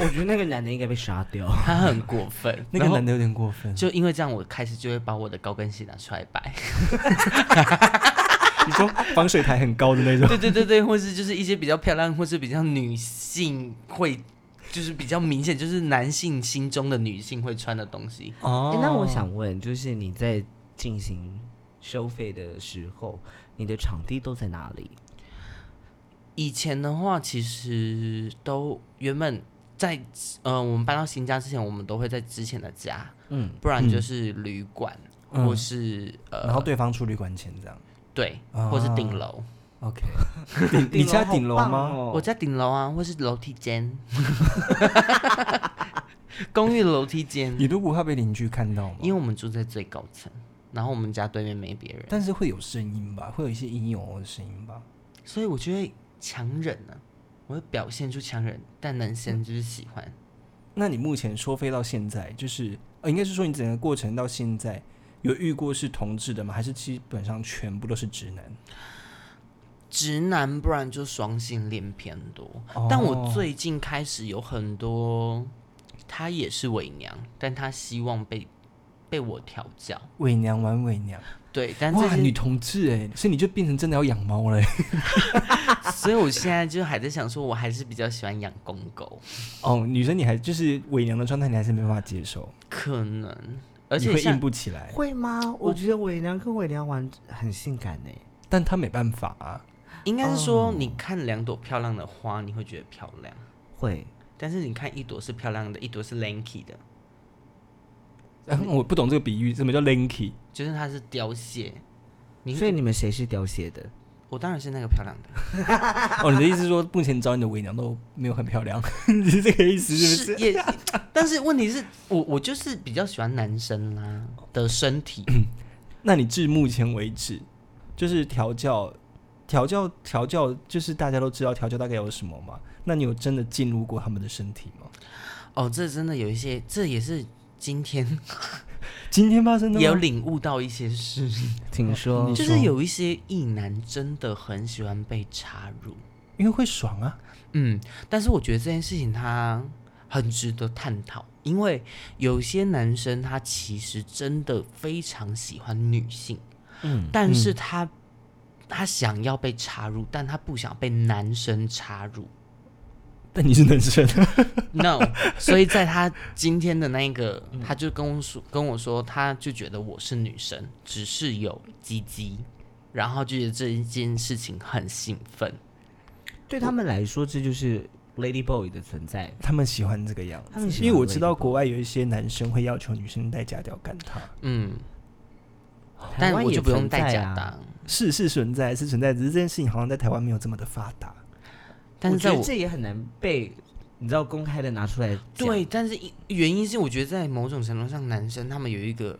Speaker 2: 我觉得那个男的应该被杀掉。
Speaker 3: 他很过分
Speaker 1: 那个
Speaker 3: 然后
Speaker 1: 男的有点过分，
Speaker 3: 就因为这样，我开始就会把我的高跟鞋拿出来摆，
Speaker 1: 你说防水台很高的那种，
Speaker 3: 对对对对，或是就是一些比较漂亮，或是比较女性会，就是比较明显，就是男性心中的女性会穿的东西。
Speaker 1: 哦
Speaker 2: 诶那我想问，就是你在进行收费的时候，你的场地都在哪里？
Speaker 3: 以前的话，其实都原本在呃，我们搬到新家之前，我们都会在之前的家，
Speaker 2: 嗯，
Speaker 3: 不然就是旅馆，
Speaker 1: 嗯
Speaker 3: 或是 呃，
Speaker 1: 然后对方出旅馆钱这样。
Speaker 3: 对
Speaker 1: 啊
Speaker 3: 或是顶楼。
Speaker 1: OK，你你家顶楼
Speaker 2: 好棒
Speaker 1: 吗？
Speaker 2: 哦
Speaker 3: 我家顶楼啊，或是楼梯 间，公寓楼梯间，
Speaker 1: 你都不怕被邻居看到吗？
Speaker 3: 因为我们住在最高层，然后我们家对面没别人，
Speaker 1: 但是会有声音吧，会有一些隐有的声音吧。
Speaker 3: 所以我就会强忍呢、我会表现出强忍，但男生就是喜欢。
Speaker 1: 嗯那你目前收费到现在，就是呃，应该是说你整个过程到现在，有遇过是同志的吗？还是基本上全部都是直男？
Speaker 3: 直男，不然就双性恋偏多。
Speaker 1: 哦
Speaker 3: 但我最近开始有很多，他也是伪娘，但他希望被被我调教。
Speaker 1: 伪娘玩伪娘，
Speaker 3: 对，但这
Speaker 1: 哇，女
Speaker 3: 些，
Speaker 1: 同志哎，所以你就变成真的要养猫了欸。
Speaker 3: 所以我现在就还在想说，我还是比较喜欢养公狗，
Speaker 1: 哦，女生你还就是伪娘的状态，你还是没办法接受，
Speaker 3: 可能，而
Speaker 1: 你
Speaker 3: 且
Speaker 1: 会硬
Speaker 3: 像
Speaker 1: 不起来。
Speaker 2: 会吗？我觉得伪娘跟伪娘玩很性感呢、
Speaker 1: 但他没办法啊，
Speaker 3: 应该是说，
Speaker 1: 哦
Speaker 3: 你看两朵漂亮的花，你会觉得漂亮，
Speaker 2: 会，
Speaker 3: 但是你看一朵是漂亮的，一朵是 lanky 的，
Speaker 1: 然后我不懂这个比喻，什么叫 lanky？
Speaker 3: 就是它是凋谢。你
Speaker 2: 所以你们谁是凋谢的？
Speaker 3: 我当然是那个漂亮的，
Speaker 1: 哦，你的意思是说目前找你的伪娘都没有很漂亮， 你是这个意思 是不是？
Speaker 3: 也， 但是问题是我我就是比较喜欢男生啦的 身体，
Speaker 1: 那你至目前为止，就是调教、调教、调教，就是大家都知道调教大概有什么嘛？那你有真的进入过他们的身体吗？
Speaker 3: 哦，这真的有一些，这也是今天
Speaker 1: 今天发生的吗
Speaker 3: 也有领悟到一些事，
Speaker 2: 请说。
Speaker 1: 你
Speaker 3: 哦就是
Speaker 1: 说
Speaker 3: 有一些异男真的很喜欢被插入，
Speaker 1: 因为会爽啊，
Speaker 3: 嗯，但是我觉得这件事情它很值得探讨，因为有些男生他其实真的非常喜欢女性，
Speaker 2: 嗯，
Speaker 3: 但是他他想要被插入，但他不想被男生插入。
Speaker 1: 但你是男生，
Speaker 3: No，所以在他今天的那个，
Speaker 2: 嗯
Speaker 3: 他就跟我说，跟我说，他就觉得我是女生，只是有鸡鸡，然后就觉得这一件事情很兴奋。
Speaker 2: 对他们来说，这就是 Lady Boy 的存在。
Speaker 1: 他们喜欢这个样
Speaker 2: 他们喜
Speaker 1: 子，
Speaker 2: 欢
Speaker 1: 因为我知道
Speaker 2: Lady Boy
Speaker 1: 国外有一些男生会要求女生戴假屌干他，
Speaker 3: 嗯，
Speaker 2: 台
Speaker 3: 但
Speaker 2: 湾
Speaker 3: 我
Speaker 2: 也
Speaker 3: 就不用
Speaker 2: 存
Speaker 3: 戴
Speaker 2: 在
Speaker 3: 假
Speaker 2: 啊
Speaker 3: 裆。
Speaker 1: 是是存在是存在，只是这件事情好像在台湾没有这么的发达。
Speaker 3: 但
Speaker 2: 我
Speaker 3: 是在
Speaker 2: 觉
Speaker 3: 我
Speaker 2: 得这也很难被你知道公开的拿出来讲。
Speaker 3: 对，但是因原因是我觉得在某种程度上，男生他们有一个，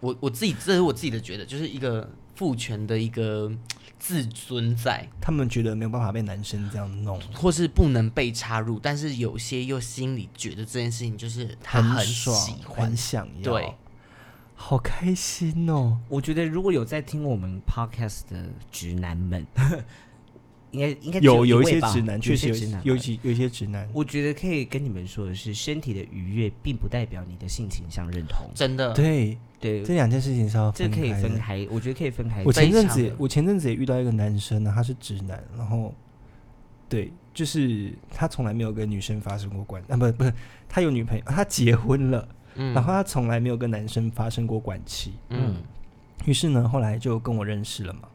Speaker 3: 我我自己这是我自己的觉得，就是一个父权的一个自尊在，
Speaker 1: 他们觉得没有办法被男生这样弄，
Speaker 3: 或是不能被插入，但是有些又心里觉得这件事情就是他
Speaker 1: 很爽，
Speaker 3: 喜欢
Speaker 1: 很，想要，
Speaker 3: 对，
Speaker 1: 好开心哦。
Speaker 2: 我觉得如果有在听我们 podcast 的直男们， 应该应该只
Speaker 1: 有
Speaker 2: 有
Speaker 1: 有一
Speaker 2: 位
Speaker 1: 些
Speaker 2: 吧
Speaker 1: 直男
Speaker 2: 有
Speaker 1: 确实
Speaker 2: 一些
Speaker 1: 有
Speaker 2: 直男吧，
Speaker 1: 有几有一些直男，
Speaker 2: 我觉得可以跟你们说的是，身体的愉悦并不代表你的性倾向认同。
Speaker 3: 真的，
Speaker 1: 对，
Speaker 2: 对，
Speaker 1: 这两件事情是要
Speaker 2: 这
Speaker 1: 分
Speaker 2: 可以
Speaker 1: 开
Speaker 2: 分
Speaker 1: 的。
Speaker 2: 开，我觉得可以分开。
Speaker 1: 我前阵
Speaker 3: 非常
Speaker 1: 子也我前阵子也遇到一个男生呢，他是直男，然后对，就是他从来没有跟女生发生过关，啊不不是，他有女朋友，他结婚了，
Speaker 3: 嗯，
Speaker 1: 然后他从来没有跟男生发生过关系，
Speaker 3: 嗯，
Speaker 1: 于是呢，后来就跟我认识了嘛，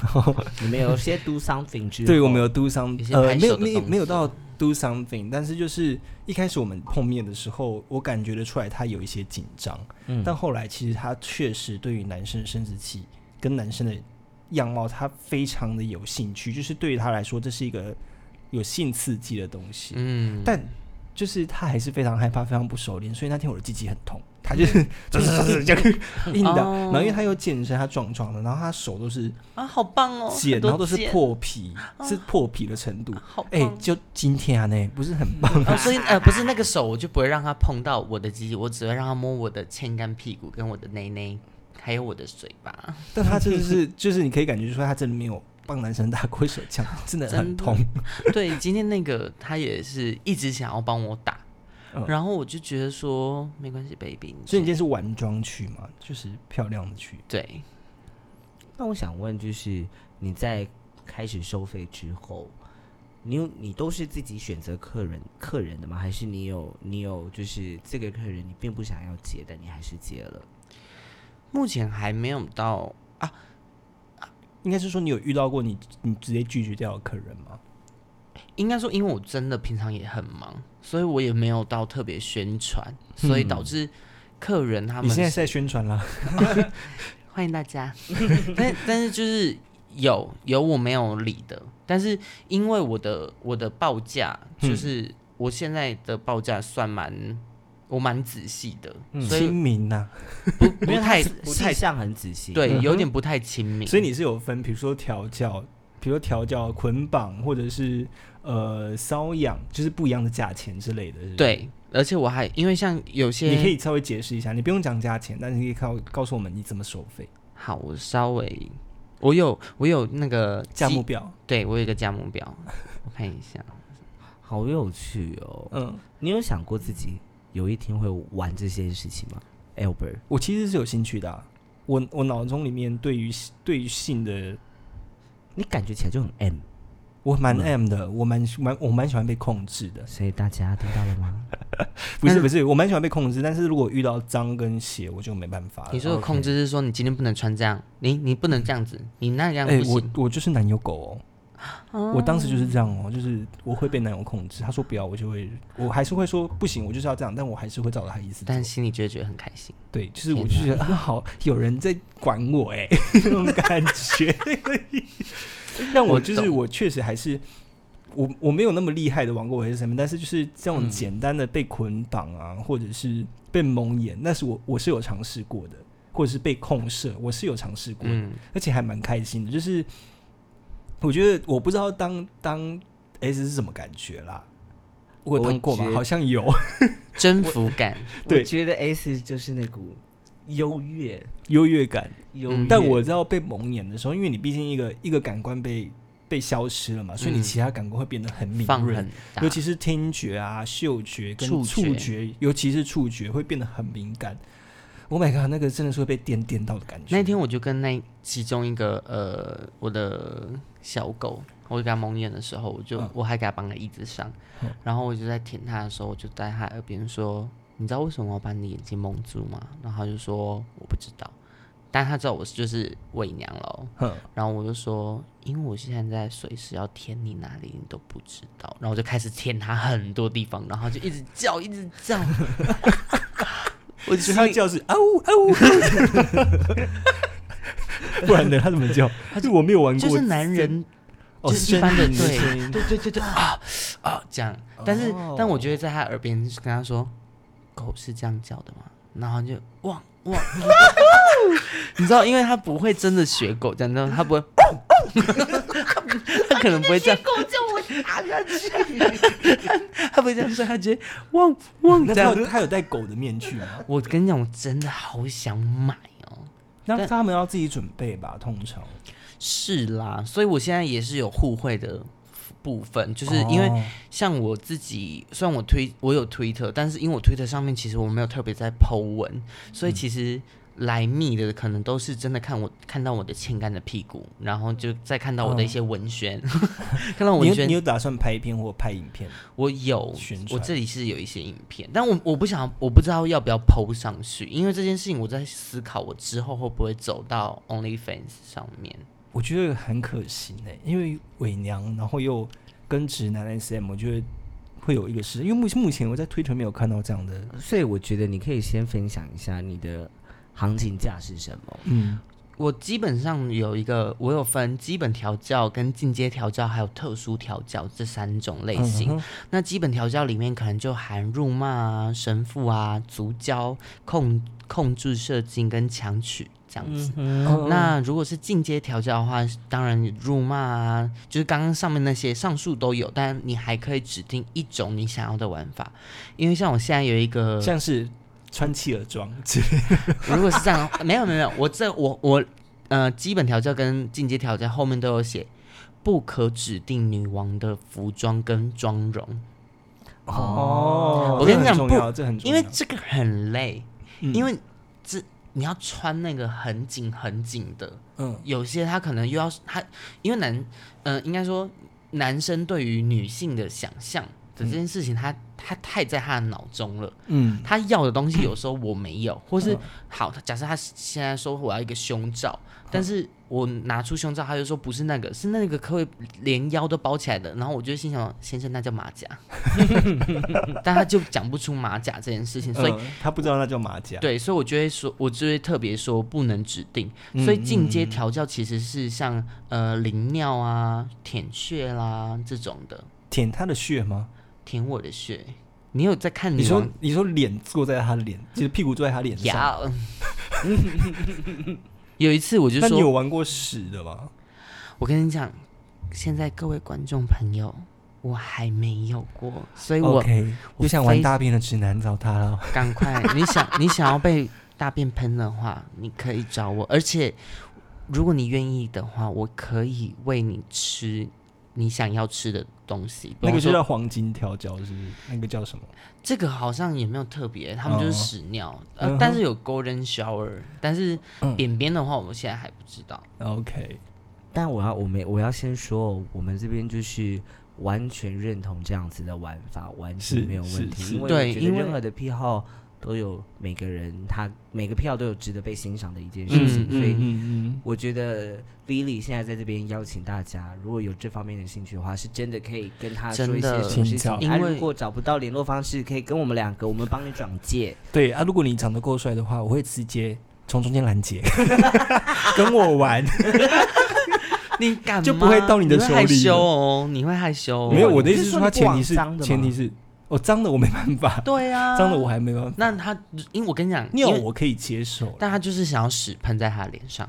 Speaker 1: 然后
Speaker 2: 你们有些 do something 之后，
Speaker 1: 对我们有 do some，
Speaker 3: 有些
Speaker 1: 呃，
Speaker 3: 拍
Speaker 1: 没有
Speaker 3: 手的
Speaker 1: 没有
Speaker 3: 动
Speaker 1: 没有
Speaker 3: 作
Speaker 1: 到 do something，但是就是一开始我们碰面的时候，我感觉得出来他有一些紧张，
Speaker 2: 嗯，
Speaker 1: 但后来其实他确实对于男生的生殖器跟男生的样貌，他非常的有兴趣，就是对于他来说，这是一个有性刺激的东西，
Speaker 3: 嗯，
Speaker 1: 但就是他还是非常害怕，非常不熟练，所以那天我的鸡鸡很痛，他 就是
Speaker 3: 嗯
Speaker 1: 就是这样硬的，
Speaker 3: 哦
Speaker 1: 然后因为他又健身，他壮壮的，然后他手都是
Speaker 3: 啊，好棒哦，很
Speaker 1: 茧，
Speaker 3: 多
Speaker 1: 然后都是
Speaker 3: 茧，哦
Speaker 1: 破皮，是破皮的程度。
Speaker 3: 好
Speaker 1: 哎、
Speaker 3: 棒。
Speaker 1: 就今天啊，那不是很棒
Speaker 3: 哦，
Speaker 1: 啊？
Speaker 3: 所以呃，不是那个手，我就不会让他碰到我的鸡鸡，我只会让他摸我的欠干屁股、跟我的内内，还有我的嘴巴。
Speaker 1: 但他真的 是，就是你可以感觉说他真的没有帮男生打过手枪，真的很
Speaker 3: 真的
Speaker 1: 痛。
Speaker 3: 对，今天那个他也是一直想要帮我打，
Speaker 1: 嗯
Speaker 3: 然后我就觉得说没关系，baby，
Speaker 1: 所以你今
Speaker 3: 就
Speaker 1: 天是晚装去嘛，就是漂亮的去。
Speaker 3: 对，
Speaker 2: 那我想问，就是你在开始收费之后，你有你都是自己选择客人客人的吗？还是你有你有就是这个客人你并不想要接，但你还是接了？
Speaker 3: 目前还没有到
Speaker 1: 应该是说你有遇到过你你直接拒绝掉的客人吗？
Speaker 3: 应该说，因为我真的平常也很忙，所以我也没有到特别宣传，所以导致客人他们
Speaker 1: 嗯你现在是
Speaker 3: 是
Speaker 1: 在宣传啦，
Speaker 3: 欢迎大家， 但但是就是有有我没有理的，但是因为我的我的报价
Speaker 1: 嗯
Speaker 3: 就是我现在的报价算蛮我蛮仔细的，所
Speaker 1: 亲
Speaker 3: 以
Speaker 1: 民呐、
Speaker 3: 不
Speaker 2: 因
Speaker 3: 不
Speaker 2: 为
Speaker 3: 太
Speaker 2: 他是
Speaker 3: 不太
Speaker 2: 细项很仔细，
Speaker 3: 对
Speaker 1: 嗯，哼
Speaker 3: 有点不太亲民，
Speaker 1: 所以你是有分，比如说调教，比如说调教、捆绑或者是呃瘙痒，就是不一样的价钱之类的。是不是，
Speaker 3: 对，而且我还因为像有些
Speaker 1: 你可以稍微解释一下，你不用讲价钱，但是你可以告告诉我们你怎么收费，
Speaker 3: 好，我稍微我有我有那个
Speaker 1: 价
Speaker 3: 基
Speaker 1: 目表。
Speaker 3: 对我有一个价目表， 我看一下。
Speaker 2: 好有趣哦。
Speaker 1: 嗯，
Speaker 2: 你有想过自己有一天会玩这些事情吗，Albert？
Speaker 1: 我其实是有兴趣的啊、我我脑中里面对于对于性的，
Speaker 2: 你感觉起来就很 M，
Speaker 1: 我蛮
Speaker 3: 嗯
Speaker 1: M 的，我蛮蛮我蛮喜欢被控制的。
Speaker 2: 所以大家听到了吗？
Speaker 1: 不是不是，我蛮喜欢被控制，但是如果遇到脏跟血，我就没办法了。
Speaker 3: 你说的控制是说你今天不能穿这样，你你不能这样子，你那样
Speaker 1: 哎、
Speaker 3: 不
Speaker 1: 我
Speaker 3: 行。
Speaker 1: 我就是男友狗哦，我当时就是这样哦，就是我会被男友控制。他说不要，我就会，我还是会说不行，我就是要这样，但我还是会照着他意思走
Speaker 3: 但。心里就会觉得很开心。
Speaker 1: 对，就是我就
Speaker 3: 天
Speaker 1: 觉得啊，好有人在管我 哎、那种感觉。 让我
Speaker 3: 我
Speaker 1: 就是
Speaker 3: 懂
Speaker 1: 我确实还是我我没有那么厉害的玩过还是什么，但是就是这种
Speaker 3: 嗯
Speaker 1: 简单的被捆绑啊，或者是被蒙眼，那是我我是有尝试过的，或者是被控射，我是有尝试过的。
Speaker 3: 嗯，
Speaker 1: 而且还蛮开心的。就是我觉得我不知道当当 S 是什么感觉啦，我有当过吗
Speaker 2: 我觉？得
Speaker 1: 好像有
Speaker 3: 征服感，
Speaker 1: 对
Speaker 2: 我觉得 S 就是那股优越，
Speaker 1: 优越感，
Speaker 2: 优
Speaker 3: 嗯
Speaker 2: 越。
Speaker 1: 但我知道被蒙眼的时候，因为你毕竟一个一个感官被被消失了嘛，所以你
Speaker 3: 嗯
Speaker 1: 其他感官会变得很敏
Speaker 3: 放
Speaker 1: 锐
Speaker 3: 很。大
Speaker 1: 尤。其是听觉啊、嗅觉跟
Speaker 3: 触
Speaker 1: 触
Speaker 3: 觉
Speaker 1: 觉，尤其是触觉会变得很敏感。 ，Oh my god，那个真的是会被电电到的感觉。
Speaker 3: 那天我就跟那其中一个呃我的小狗，我给它蒙眼的时候，我就、
Speaker 1: 嗯
Speaker 3: 我还给它绑在椅子上，
Speaker 1: 嗯
Speaker 3: 然后我就在舔它的时候，我就在它耳边说：“你知道为什么我要把你的眼睛蒙住吗？”然后它就说：“我不知道。”但它知道我是就是伪娘了哦，
Speaker 1: 哼，
Speaker 3: 然后我就说，因为我现在随时要舔你哪里，你都不知道。然后我就开始舔他很多地方，然后就一直叫，一直叫。我
Speaker 1: 我觉得他叫是啊呜啊呜， 不然呢他怎么叫？他就我没有玩过，
Speaker 3: 就是男人
Speaker 1: 哦
Speaker 3: 就是一般的
Speaker 1: 声音声
Speaker 3: 对
Speaker 1: 音
Speaker 3: 对对对对啊啊这样，但是、
Speaker 1: 哦
Speaker 3: 但我觉得在他耳边跟他说，狗是这样叫的吗？然后就汪汪， 你知道，因为他不会真的学狗这样，你知道吗他不会， 他可能不会这样，
Speaker 4: 狗叫我打下去。
Speaker 3: 他不会这样说，他直接汪汪
Speaker 1: 那他
Speaker 3: 这样。
Speaker 1: 有他有戴狗的面具吗？
Speaker 3: 我跟你讲，我真的好想买哦。
Speaker 1: 那
Speaker 3: 但
Speaker 1: 他们要自己准备吧，通常
Speaker 3: 是啦，所以我现在也是有互惠的部分，就是因为
Speaker 1: 哦
Speaker 3: 像我自己，虽然我推我有推特，但是因为我推特上面其实我没有特别在 Po 文，所以
Speaker 1: 嗯
Speaker 3: 其实来密的可能都是真的看我看到我的欠干的屁股，然后就再看到我的一些文宣， 看到
Speaker 1: 哦你
Speaker 3: 文
Speaker 1: 有
Speaker 3: 宣
Speaker 1: 你有打算拍片或拍影片吗？
Speaker 3: 我有
Speaker 1: 宣，
Speaker 3: 我
Speaker 1: 传
Speaker 3: 这里是有一些影片，但我我不想，我不知道要不要 PO 上去，因为这件事情我在思考，我之后会不会走到 OnlyFans 上面。
Speaker 1: 我觉得很可惜呢、因为伪娘，然后又跟直男 SM，我觉得会有一个是，因为目目前我在推特没有看到这样的，
Speaker 2: 所以我觉得你可以先分享一下你的行情价是什么。
Speaker 1: 嗯，
Speaker 3: 我基本上有一个，我有分基本调教、跟进阶调教，还有特殊调教这三种类型。
Speaker 1: 嗯哼
Speaker 3: 那基本调教里面可能就含辱骂啊、神父啊、足交、控控制射精跟强取这样子。
Speaker 1: 哦
Speaker 3: 那如果是进阶调教的话，当然辱骂啊，就是刚刚上面那些上述都有，但你还可以指定一种你想要的玩法。因为像我现在有一个，
Speaker 1: 嗯像是穿企鹅装，
Speaker 3: 如果是这样，没有没有没有，我这我我呃基本调教跟进阶调教后面都有写。不可指定女王的服装跟妆容，
Speaker 1: 哦
Speaker 3: 我跟你讲
Speaker 1: 这很重要，这很重
Speaker 3: 因
Speaker 1: 要，
Speaker 3: 为这个很累，
Speaker 1: 嗯
Speaker 3: 因为这你要穿那个很紧很紧的，
Speaker 1: 嗯
Speaker 3: 有些他可能又要他，因为男，呃，应该说男生对于女性的想象的这件事情，他他太在他的脑中了，
Speaker 1: 嗯，
Speaker 3: 他要的东西有时候我没有，或是
Speaker 1: 嗯
Speaker 3: 好，假设他现在说我要一个胸罩，
Speaker 1: 嗯
Speaker 3: 但是我拿出胸罩，他就说不是那个，是那个可以连腰都包起来的，然后我就心想，先生那叫马甲， 但他就讲不出马甲这件事情，所以
Speaker 1: 嗯他不知道那叫马甲，
Speaker 3: 对，所以我就会说，我就会特别说不能指定，
Speaker 1: 嗯
Speaker 3: 所以进阶调教其实是像呃淋尿啊、舔穴啦这种的，
Speaker 1: 舔他的血吗？
Speaker 3: 舔我的穴。你有在看
Speaker 1: 你
Speaker 3: 女
Speaker 1: 说
Speaker 3: 王？
Speaker 1: 你说脸坐在他的脸，就是屁股坐在他脸上，
Speaker 3: 呀， 有一次我就
Speaker 1: 那你有
Speaker 3: 说，
Speaker 1: 玩过屎的吗？
Speaker 3: 我跟你讲，现在各位观众朋友，我还没有过，所以我
Speaker 1: OK，
Speaker 3: 我
Speaker 1: 有想玩
Speaker 3: 非
Speaker 1: 大便的直男找他了，
Speaker 3: 赶快，你 想你想要被大便喷的话，你可以找我，而且如果你愿意的话，我可以喂你吃你想要吃的东西。比
Speaker 1: 那
Speaker 3: 方
Speaker 1: 个就
Speaker 3: 说
Speaker 1: 叫黄金调教，是不是？那个叫什么？
Speaker 3: 这个好像也没有特别，他们就
Speaker 1: 哦
Speaker 3: 是屎尿，
Speaker 1: 嗯
Speaker 3: 呃
Speaker 1: 哼，
Speaker 3: 但是有 golden shower，但是
Speaker 1: 嗯
Speaker 3: 便便的话，我现在还不知道。
Speaker 1: OK，
Speaker 2: 但我要我没我要先说，我们这边就是完全认同这样子的玩法，完全
Speaker 1: 是
Speaker 2: 没有问
Speaker 1: 是是
Speaker 2: 题。因为
Speaker 3: 对
Speaker 2: 我觉得
Speaker 3: 因为
Speaker 2: 任何的癖好都有每个人他每个癖好都有值得被欣赏的一件事
Speaker 3: 嗯
Speaker 2: 情，所以
Speaker 1: 嗯
Speaker 2: 我觉得 Lily 现在在这边邀请大家，如果有这方面的兴趣的话，是真的可以跟他说
Speaker 3: 真
Speaker 2: 一些
Speaker 3: 的
Speaker 2: 什么事
Speaker 1: 请
Speaker 2: 情
Speaker 1: 教。
Speaker 2: 啊
Speaker 3: 因为
Speaker 2: 如果找不到联络方式，可以跟我们两个，我们帮你转介。
Speaker 1: 嗯，对啊，如果你长得够帅的话，我会直接从中间拦 截，跟我玩。
Speaker 3: 你敢
Speaker 1: 就不会
Speaker 3: 吗
Speaker 1: 到你的手
Speaker 3: 会害
Speaker 1: 里
Speaker 3: 羞哦，你会害羞、哦。
Speaker 1: 没有，
Speaker 2: 你
Speaker 1: 我的意
Speaker 2: 是
Speaker 1: 思是
Speaker 2: 说
Speaker 1: 说，它
Speaker 2: 你不
Speaker 1: 前
Speaker 2: 往
Speaker 1: 提是
Speaker 2: 脏的吗
Speaker 1: 前提是，哦，脏的我没办法，
Speaker 3: 对啊，
Speaker 1: 脏的我还没办法，
Speaker 3: 那他因为我跟你讲，
Speaker 1: 尿
Speaker 3: 因为
Speaker 1: 我可以接受，
Speaker 3: 但他就是想要屎喷在他脸上。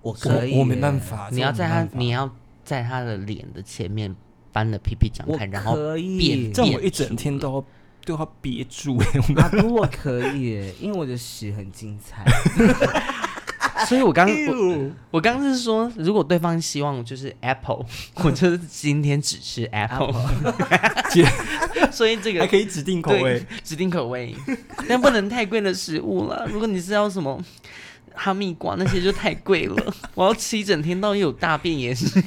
Speaker 2: 我可以
Speaker 1: 我我没办
Speaker 2: 耶。
Speaker 1: 法，
Speaker 3: 你要
Speaker 1: 啊这
Speaker 3: 在
Speaker 1: 我没
Speaker 3: 他
Speaker 1: 办，法
Speaker 3: 你要在他的脸的前面搬了屁屁张
Speaker 2: 我
Speaker 3: 开，然后
Speaker 2: 可以
Speaker 3: 变
Speaker 1: 这样我一整天都要都要憋 住，欸
Speaker 2: 啊，不，我可以耶，因为我的屎很精彩。
Speaker 3: 所以我刚我我刚是说，如果对方希望我就是 Apple，我 就是今天只吃 Apple，
Speaker 1: 其
Speaker 3: 所以这个
Speaker 1: 还可以指定口
Speaker 3: 对
Speaker 1: 味。
Speaker 3: 指定口味，但不能太贵的食物了。如果你是要什么哈密瓜那些就太贵了，我要吃一整天，到底有大便也是。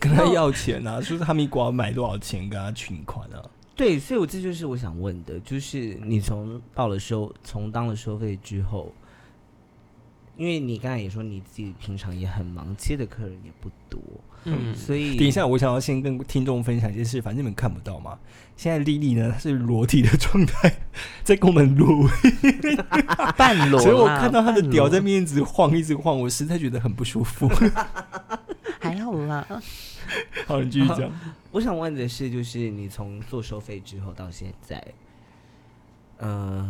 Speaker 1: 跟他要钱啊，说是哈密瓜买多少钱跟他取款啊？
Speaker 2: 对，所以我这就是我想问的，就是你从报了收，从当了收费之后，因为你刚才也说你自己平常也很忙，接的客人也不多，
Speaker 3: 嗯，
Speaker 2: 所以
Speaker 1: 等一下，我想要先跟听众分享一件事，反正你们看不到嘛。现在莉莉呢，她是裸体的状态在跟我们录，
Speaker 3: 半裸啦，
Speaker 1: 所以我看到她的
Speaker 3: 半
Speaker 1: 屌
Speaker 3: 裸
Speaker 1: 在面直晃，一直晃，我实在觉得很不舒服。
Speaker 3: 还好啦。
Speaker 1: 好，你继续讲。
Speaker 2: 我想问的是，就是你从做收费之后到现在，呃，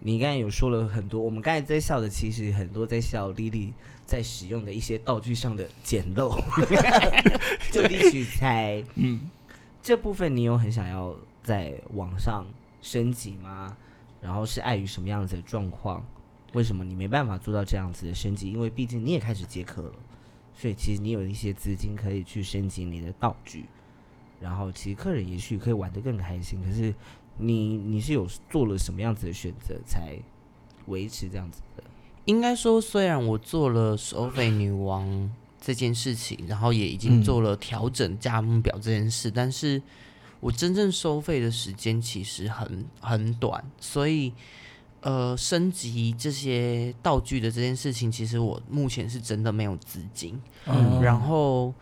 Speaker 2: 你刚才有说了很多，我们刚才在笑的，其实很多在笑莉莉在使用的一些道具上的简陋， 就地取材。嗯，这部分你有很想要在网上升级吗？然后是碍于什么样子的状况？为什么你没办法做到这样子的升级？因为毕竟你也开始接客了，所以其实你有一些资金可以去升级你的道具。然后其实客人也许可以玩得更开心，可是你你是有做了什么样子的选择才维持这样子的？
Speaker 3: 应该说，虽然我做了收费女王这件事情，然后也已经
Speaker 1: 嗯
Speaker 3: 做了调整价目表这件事，但是我真正收费的时间其实很很短，所以呃，升级这些道具的这件事情，其实我目前是真的没有资金。
Speaker 1: 嗯
Speaker 3: 然后，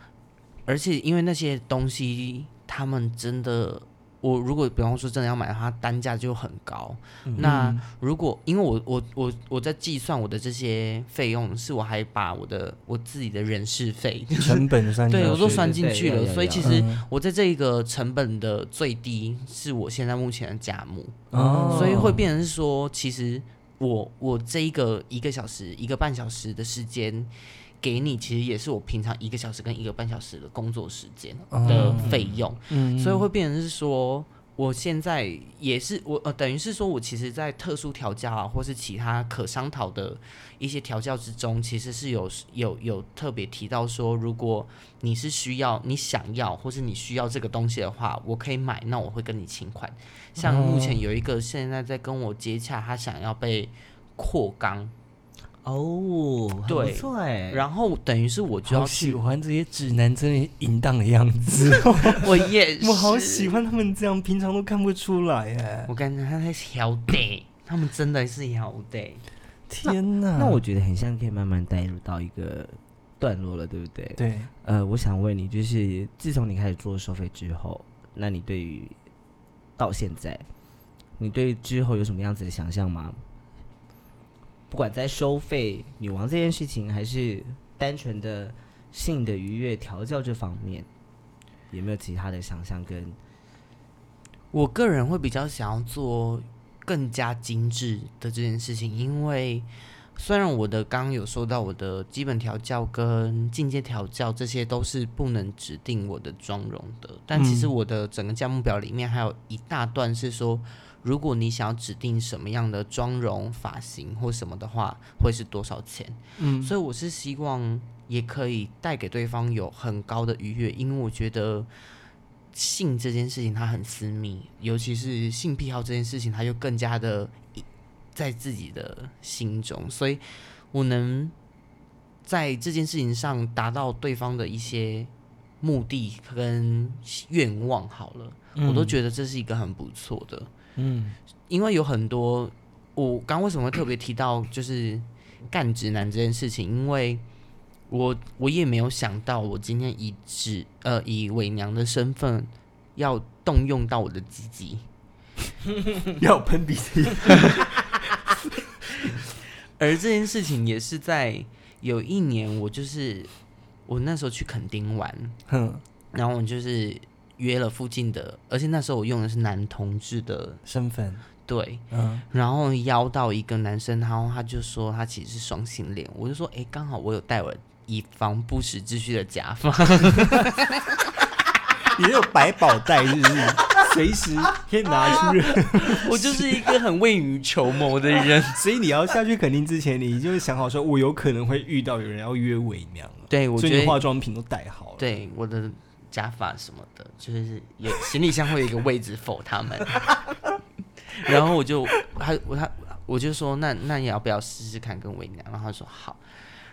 Speaker 3: 而且因为那些东西，他们真的，我如果比方说真的要买的话，它单价就很高。那
Speaker 1: 嗯
Speaker 3: 如果因为我我我我在计算我的这些费用，是我还把我的我自己的人事费，
Speaker 1: 成本算进
Speaker 3: 对
Speaker 1: 去
Speaker 3: 我都
Speaker 2: 是
Speaker 3: 算
Speaker 2: 对
Speaker 3: 进
Speaker 2: 对
Speaker 3: 去
Speaker 2: 要
Speaker 3: 了，
Speaker 2: 要
Speaker 3: 所以
Speaker 2: 要
Speaker 3: 其实
Speaker 1: 嗯
Speaker 3: 我在这个成本的最低是我现在目前的价目。
Speaker 1: 哦
Speaker 3: 所以会变成是说，其实我我这一个一个小时、一个半小时的时间给你，其实也是我平常一个小时跟一个半小时的工作时间
Speaker 1: 哦
Speaker 3: 的费用，
Speaker 1: 嗯
Speaker 3: 所以会变成是说。我现在也是我呃，等于是说我其实，在特殊调教啊，或是其他可商讨的一些调教之中，其实是有有有特别提到说，如果你是需要你想要，或是你需要这个东西的话，我可以买，那我会跟你请款。像目
Speaker 1: 哦
Speaker 3: 前有一个现在在跟我接洽，他想要被扩缸，
Speaker 2: 哦，很
Speaker 3: 对
Speaker 2: 不错哎。
Speaker 3: 然后等于是我就要
Speaker 1: 好喜
Speaker 3: 去，
Speaker 1: 欢这些直男真的淫荡的样 子，
Speaker 3: 我也
Speaker 1: 我好喜
Speaker 3: 欢。
Speaker 1: 欢他们这样，平常都看不出来哎。
Speaker 3: 我感觉他在挑 day，他们真的是挑 day。
Speaker 1: 天哪！
Speaker 2: 那我觉得很像可以慢慢带入到一个段落了，对不对？
Speaker 1: 对
Speaker 2: 呃，我想问你，就是自从你开始做收费之后，那你对于到现在，你对之后有什么样子的想象吗？不管在收费女王这件事情，还是单纯的性的愉悦调教这方面，有没有其他的想象跟
Speaker 3: 我个人会比较想要做更加精致的这件事情，因为虽然我的刚刚有说到我的基本调教跟进阶调教这些都是不能指定我的妆容的，但其实
Speaker 1: 嗯
Speaker 3: 我的整个价目表里面还有一大段是说，如果你想要指定什么样的妆容、发型或什么的话，会是多少钱？
Speaker 1: 嗯
Speaker 3: 所以我是希望也可以带给对方有很高的愉悦，因为我觉得性这件事情它很私密，尤其是性癖好这件事情，它又更加的在自己的心中，所以我能在这件事情上达到对方的一些目的跟愿望。好了，我都觉得这是一个很不错的。
Speaker 1: 嗯
Speaker 3: 因为有很多，我刚刚为什么会特别提到就是干直男这件事情？因为我我也没有想到，我今天以直呃以伪娘的身份要动用到我的鸡鸡，
Speaker 1: 要喷鼻涕。
Speaker 3: 而这件事情也是在有一年，我就是我那时候去垦丁玩，
Speaker 1: 哼，
Speaker 3: 然后我就是约了附近的，而且那时候我用的是男同志的
Speaker 1: 身份，
Speaker 3: 对，
Speaker 1: 嗯
Speaker 3: 然后邀到一个男生，然后他就说他其实是双性恋，我就说诶，刚好我有戴我以防不时之需的假发，
Speaker 1: 也有百宝袋，是不是？随时可以拿出任
Speaker 3: 我就是一个很未雨绸缪 的人。
Speaker 1: 所以你要下去垦丁之前，你就想好说，我有可能会遇到有人要约伪娘了，
Speaker 3: 对，我
Speaker 1: 所以
Speaker 3: 觉
Speaker 1: 你化
Speaker 3: 得
Speaker 1: 妆品都带好了。，
Speaker 3: 对我的假发什么的，就是有 行李箱会有一个位置否 他们。然后我就他我他我就说那那你要不要试试看跟维娘？然后他说好。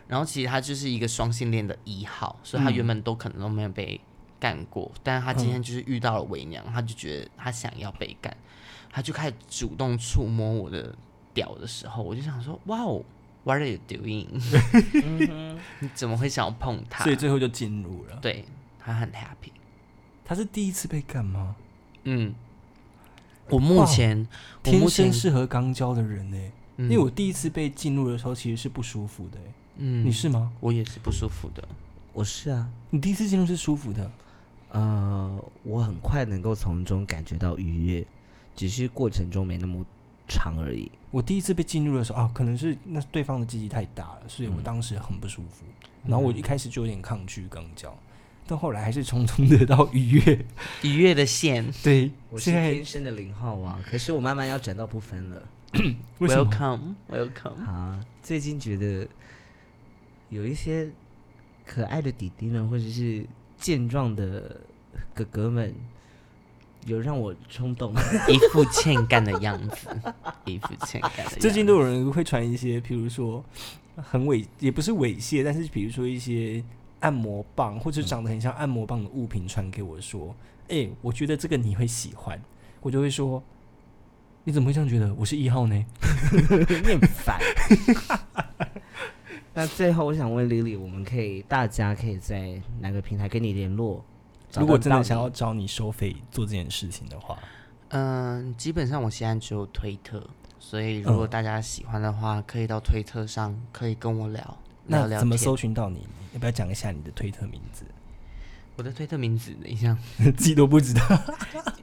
Speaker 3: 然后其实他就是一个双性恋的一号，所以他原
Speaker 1: 嗯
Speaker 3: 本都可能都没有被干过，但是他今天就是遇到了维娘，他就觉得他想要被干，他就开始主动触摸我的屌的时候，我就想说哇哦，What are you doing？你 怎么会想要碰
Speaker 1: 嗯
Speaker 3: 他？
Speaker 1: 所以最后就进入了。
Speaker 3: 对他很 happy。
Speaker 1: 他是第一次被干吗？
Speaker 3: 嗯，我目前我
Speaker 1: 天
Speaker 3: 目
Speaker 1: 生
Speaker 3: 前，
Speaker 1: 适合刚交的人呢、
Speaker 3: 嗯、
Speaker 1: 因为我第一次被进入的时候其实是不舒服的、欸
Speaker 3: 嗯
Speaker 1: 你是吗？
Speaker 3: 我也是不舒服的。
Speaker 2: 我是啊，
Speaker 1: 你第一次进入是舒服的，
Speaker 2: 呃，我很快能够从中感觉到愉悦，只是过程中没那么长而已。
Speaker 1: 我第一次被进入的时候啊，可能是那对方的积极太大了，
Speaker 3: 嗯
Speaker 1: 所以我当时很不舒服。然后我一开始就有点抗拒刚交，但后来还是匆匆得到愉悦。
Speaker 3: 愉悦的线
Speaker 1: 对，
Speaker 2: 我是
Speaker 1: 现在
Speaker 2: 天生的零号啊，可是我慢慢要转到不分了。
Speaker 1: 为什么
Speaker 3: ，welcome welcome，
Speaker 2: 啊，最近觉得有一些可爱的弟弟们，或者是健壮的哥哥们，有让我冲动。
Speaker 3: 一副欠干的样子， 一副欠干的样子。
Speaker 1: 最近都有人会传一些，比如说很猥，也不是猥亵，但是比如说一些按摩棒或者长得很像按摩棒的物品传给我说，哎、我觉得这个你会喜欢，我就会说，你怎么会这样觉得？我是一号呢？
Speaker 2: 面烦。 那最后，我想问 Lily，我们可以大家可以在哪个平台跟你联络？找
Speaker 1: 如果
Speaker 2: 得
Speaker 1: 真的
Speaker 2: 到
Speaker 1: 想
Speaker 2: 你
Speaker 1: 要找你收费做这件事情的话，
Speaker 3: 嗯、基本上我现在只有推特，所以如果
Speaker 1: 嗯
Speaker 3: 大家喜欢的话，可以到推特上可以跟我聊聊
Speaker 1: 那
Speaker 3: 聊
Speaker 1: 怎么
Speaker 3: 天
Speaker 1: 搜？寻到你？你要不要讲一下你的推特名字？
Speaker 3: 我的推特名字等一下，
Speaker 1: 自己都不知道。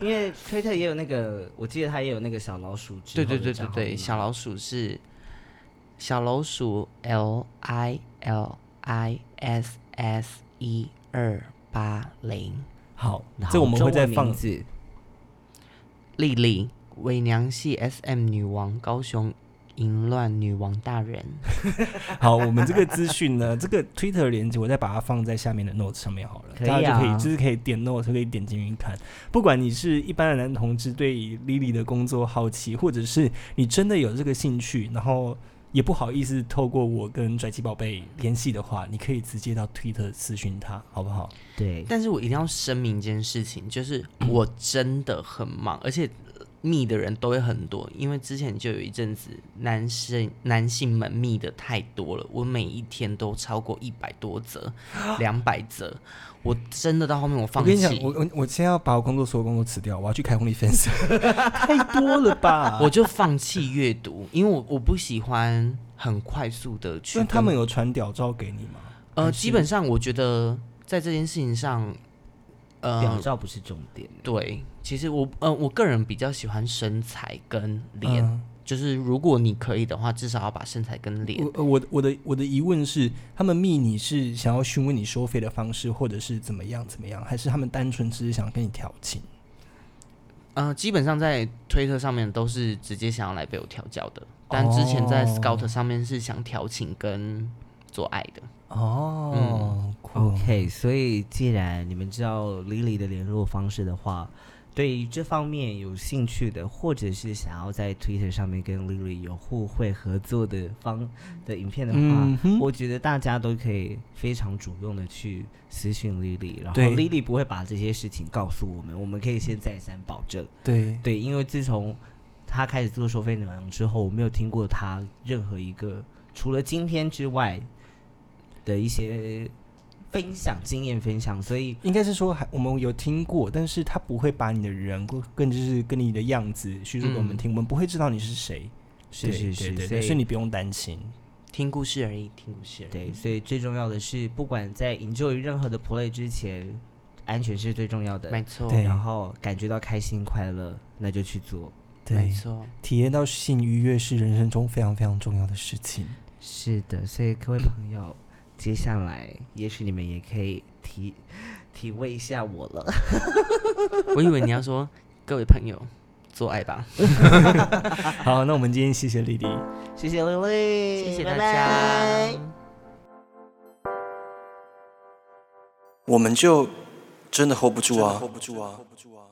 Speaker 2: 因为推特也有那个，我记得它也有那个小老鼠之
Speaker 3: 对
Speaker 2: 后的
Speaker 3: 对对
Speaker 2: 账
Speaker 3: 对
Speaker 2: 号
Speaker 3: 对，
Speaker 2: 密
Speaker 3: 小
Speaker 2: 码
Speaker 3: 老鼠是小老鼠 L I L I S S 一二八零，
Speaker 1: 好
Speaker 2: 然，后
Speaker 1: 这我们
Speaker 2: 中
Speaker 1: 会再
Speaker 2: 文名
Speaker 1: 放。
Speaker 2: 字。
Speaker 3: 丽丽伪娘系 S M 女王高雄淫乱女王大人，
Speaker 1: 好，我们这个资讯呢， 这个 Twitter 的链接，我再把它放在下面的 notes 上面好了，
Speaker 2: 可以
Speaker 1: 大家就可以
Speaker 2: 啊
Speaker 1: 就是可以点 notes 可以点进去看。不管你是一般的男同志对 Lily 的工作好奇，或者是你真的有这个兴趣，然后也不好意思透过我跟拽鸡宝贝联系的话，你可以直接到 Twitter 私讯他，好不好？
Speaker 2: 对，
Speaker 3: 但是我一定要声明一件事情，就是我真的很忙，而且呃密的人都会很多，因为之前就有一阵子男生男性们密的太多了，我每一天都超过一百 多则、两百则，我真的到后面我
Speaker 1: 我
Speaker 3: 放
Speaker 1: 跟你讲，
Speaker 3: 弃。
Speaker 1: 我我我先要把我工作所有工作辞掉，我要去开 OnlyFans，太多了吧？
Speaker 3: 我就放弃阅读，因为我我不喜欢很快速的去
Speaker 1: 那
Speaker 3: 跟。
Speaker 1: 他们有传屌照给你吗？
Speaker 3: 呃，
Speaker 1: 还是
Speaker 3: 基本上我觉得在这件事情上，
Speaker 2: 屌
Speaker 3: 呃，
Speaker 2: 照不是重点。
Speaker 3: 对，其实我呃我个人比较喜欢身材跟脸，
Speaker 1: 嗯
Speaker 3: 就是如果你可以的话，至少要把身材跟脸。
Speaker 1: 我呃我的我的我的疑问是，他们密你是想要询问你收费的方式，或者是怎么样怎么样，还是他们单纯只是想跟你调情？
Speaker 3: 呃，基本上在推特上面都是直接想要来被我调教的，但之前在
Speaker 1: 哦
Speaker 3: Scout 上面是想调情跟做爱的。
Speaker 1: 哦，酷
Speaker 2: OK，所以既然你们知道 Lily 的联络方式的话，对于这方面有兴趣的，或者是想要在 Twitter 上面跟 Lily 有互惠合作的方的影片的话，
Speaker 1: 嗯哼
Speaker 2: 哦我觉得大家都可以非常主动的去私讯 Lily，然后
Speaker 1: 对
Speaker 2: Lily 不会把这些事情告诉我们，我们可以先再三保证。
Speaker 1: 对，
Speaker 2: 对，因为自从他开始做收费女郎之后，我没有听过他任何一个除了今天之外的一些分享经验分享，所以
Speaker 1: 应该是说还我们有听过，但是他不会把你的人跟跟就是跟你的样子叙述给我们听，我们不会知道你是谁。
Speaker 2: 嗯是
Speaker 1: 对
Speaker 2: 是
Speaker 1: 对
Speaker 2: 是，
Speaker 1: 对
Speaker 2: 所
Speaker 1: 对，
Speaker 2: 以
Speaker 1: 所以你不用担心。
Speaker 3: 听故事而已，听故事而已。
Speaker 2: 对，所以最重要的是，不管在 enjoy 任何的 play 之前，安全是最重要的。
Speaker 3: 没错，
Speaker 1: 对
Speaker 2: 然后感觉到开心快乐，那就去做。
Speaker 3: 没
Speaker 1: 对，
Speaker 3: 错。
Speaker 1: 体验到性愉悦是人生中非常非常重要的事情。
Speaker 2: 是的，所以各位朋友，接下来也许你们也可以体体味一下我了。
Speaker 3: 我以为你要说 各位朋友，做爱吧。
Speaker 1: 好，那我们今天谢谢丽丽。
Speaker 2: 谢谢玲玲，
Speaker 3: 谢谢大
Speaker 2: 拜拜
Speaker 3: 家。
Speaker 5: 我们就真的 hold 不住啊！hold 不住啊！hold 不住啊！